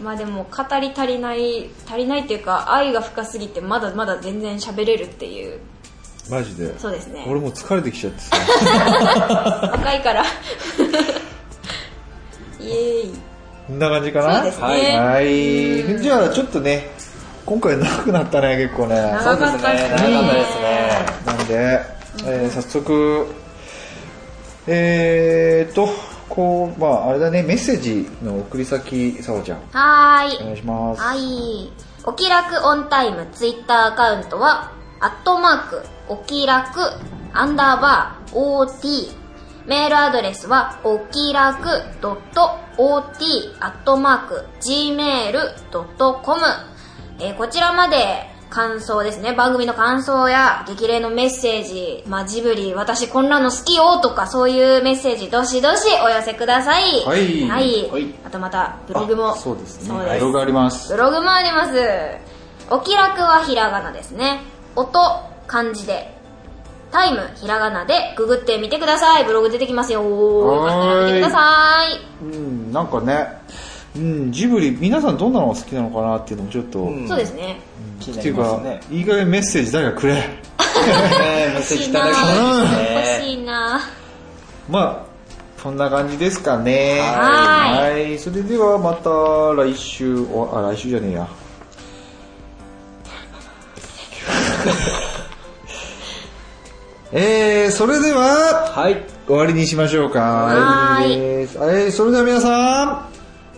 Speaker 6: まあでも語り足りない足りないっていうか愛が深すぎてまだまだ全然喋れるっていう
Speaker 4: マジで
Speaker 6: そうですね
Speaker 4: 俺もう疲れてきちゃってさ
Speaker 6: 若いから イエーイ
Speaker 4: こんな感じかな
Speaker 6: そうですね
Speaker 4: はい、はいじゃあちょっとね今回長くなったね結構ね
Speaker 6: 長かった
Speaker 5: そうで
Speaker 6: ですね
Speaker 5: すね長かったですね
Speaker 4: なんで、えー早速えーとこうまああれだねメッセージの送り先さおちゃん
Speaker 6: は
Speaker 4: お
Speaker 6: ーい
Speaker 4: 願いします
Speaker 6: はいお気楽オンタイムツイッターアカウントはアットマークお気楽アンダーバー OT メールアドレスはお気楽 .ot アットマーク gmail.com えーこちらまで感想ですね。番組の感想や激励のメッセージ、まあ、ジブリ、私こんなの好きよとかそういうメッセージどしどしお寄せください。
Speaker 4: はい
Speaker 6: はい
Speaker 5: はい
Speaker 6: あとまたブログも。
Speaker 4: そうですね
Speaker 6: そう
Speaker 4: ブログあります
Speaker 6: ブログもあります。お気楽はひらがなですね音漢字でタイムひらがなでググってみてくださいブログ出てきますよよかったら見てください
Speaker 4: うんなんかねうんジブリ皆さんどんなのが好きなのかなっていうのもちょっと、
Speaker 5: ん
Speaker 6: そうですね
Speaker 5: 気に
Speaker 4: っ
Speaker 5: な
Speaker 4: てい
Speaker 5: り
Speaker 4: う
Speaker 5: ま
Speaker 4: か
Speaker 5: すね
Speaker 4: いい加減メッセージ誰かくれ
Speaker 5: ねメッセージいただきたいですね
Speaker 6: 欲しいな
Speaker 4: まあそんな感じですかね
Speaker 6: はい
Speaker 4: それではまた来週おあ来週じゃねえ やえー、それでは
Speaker 5: はい
Speaker 4: 終わりにしましょうか。
Speaker 6: はーい
Speaker 4: ですえーそれでは皆さ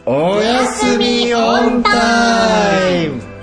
Speaker 4: ん、おやすみオンタイム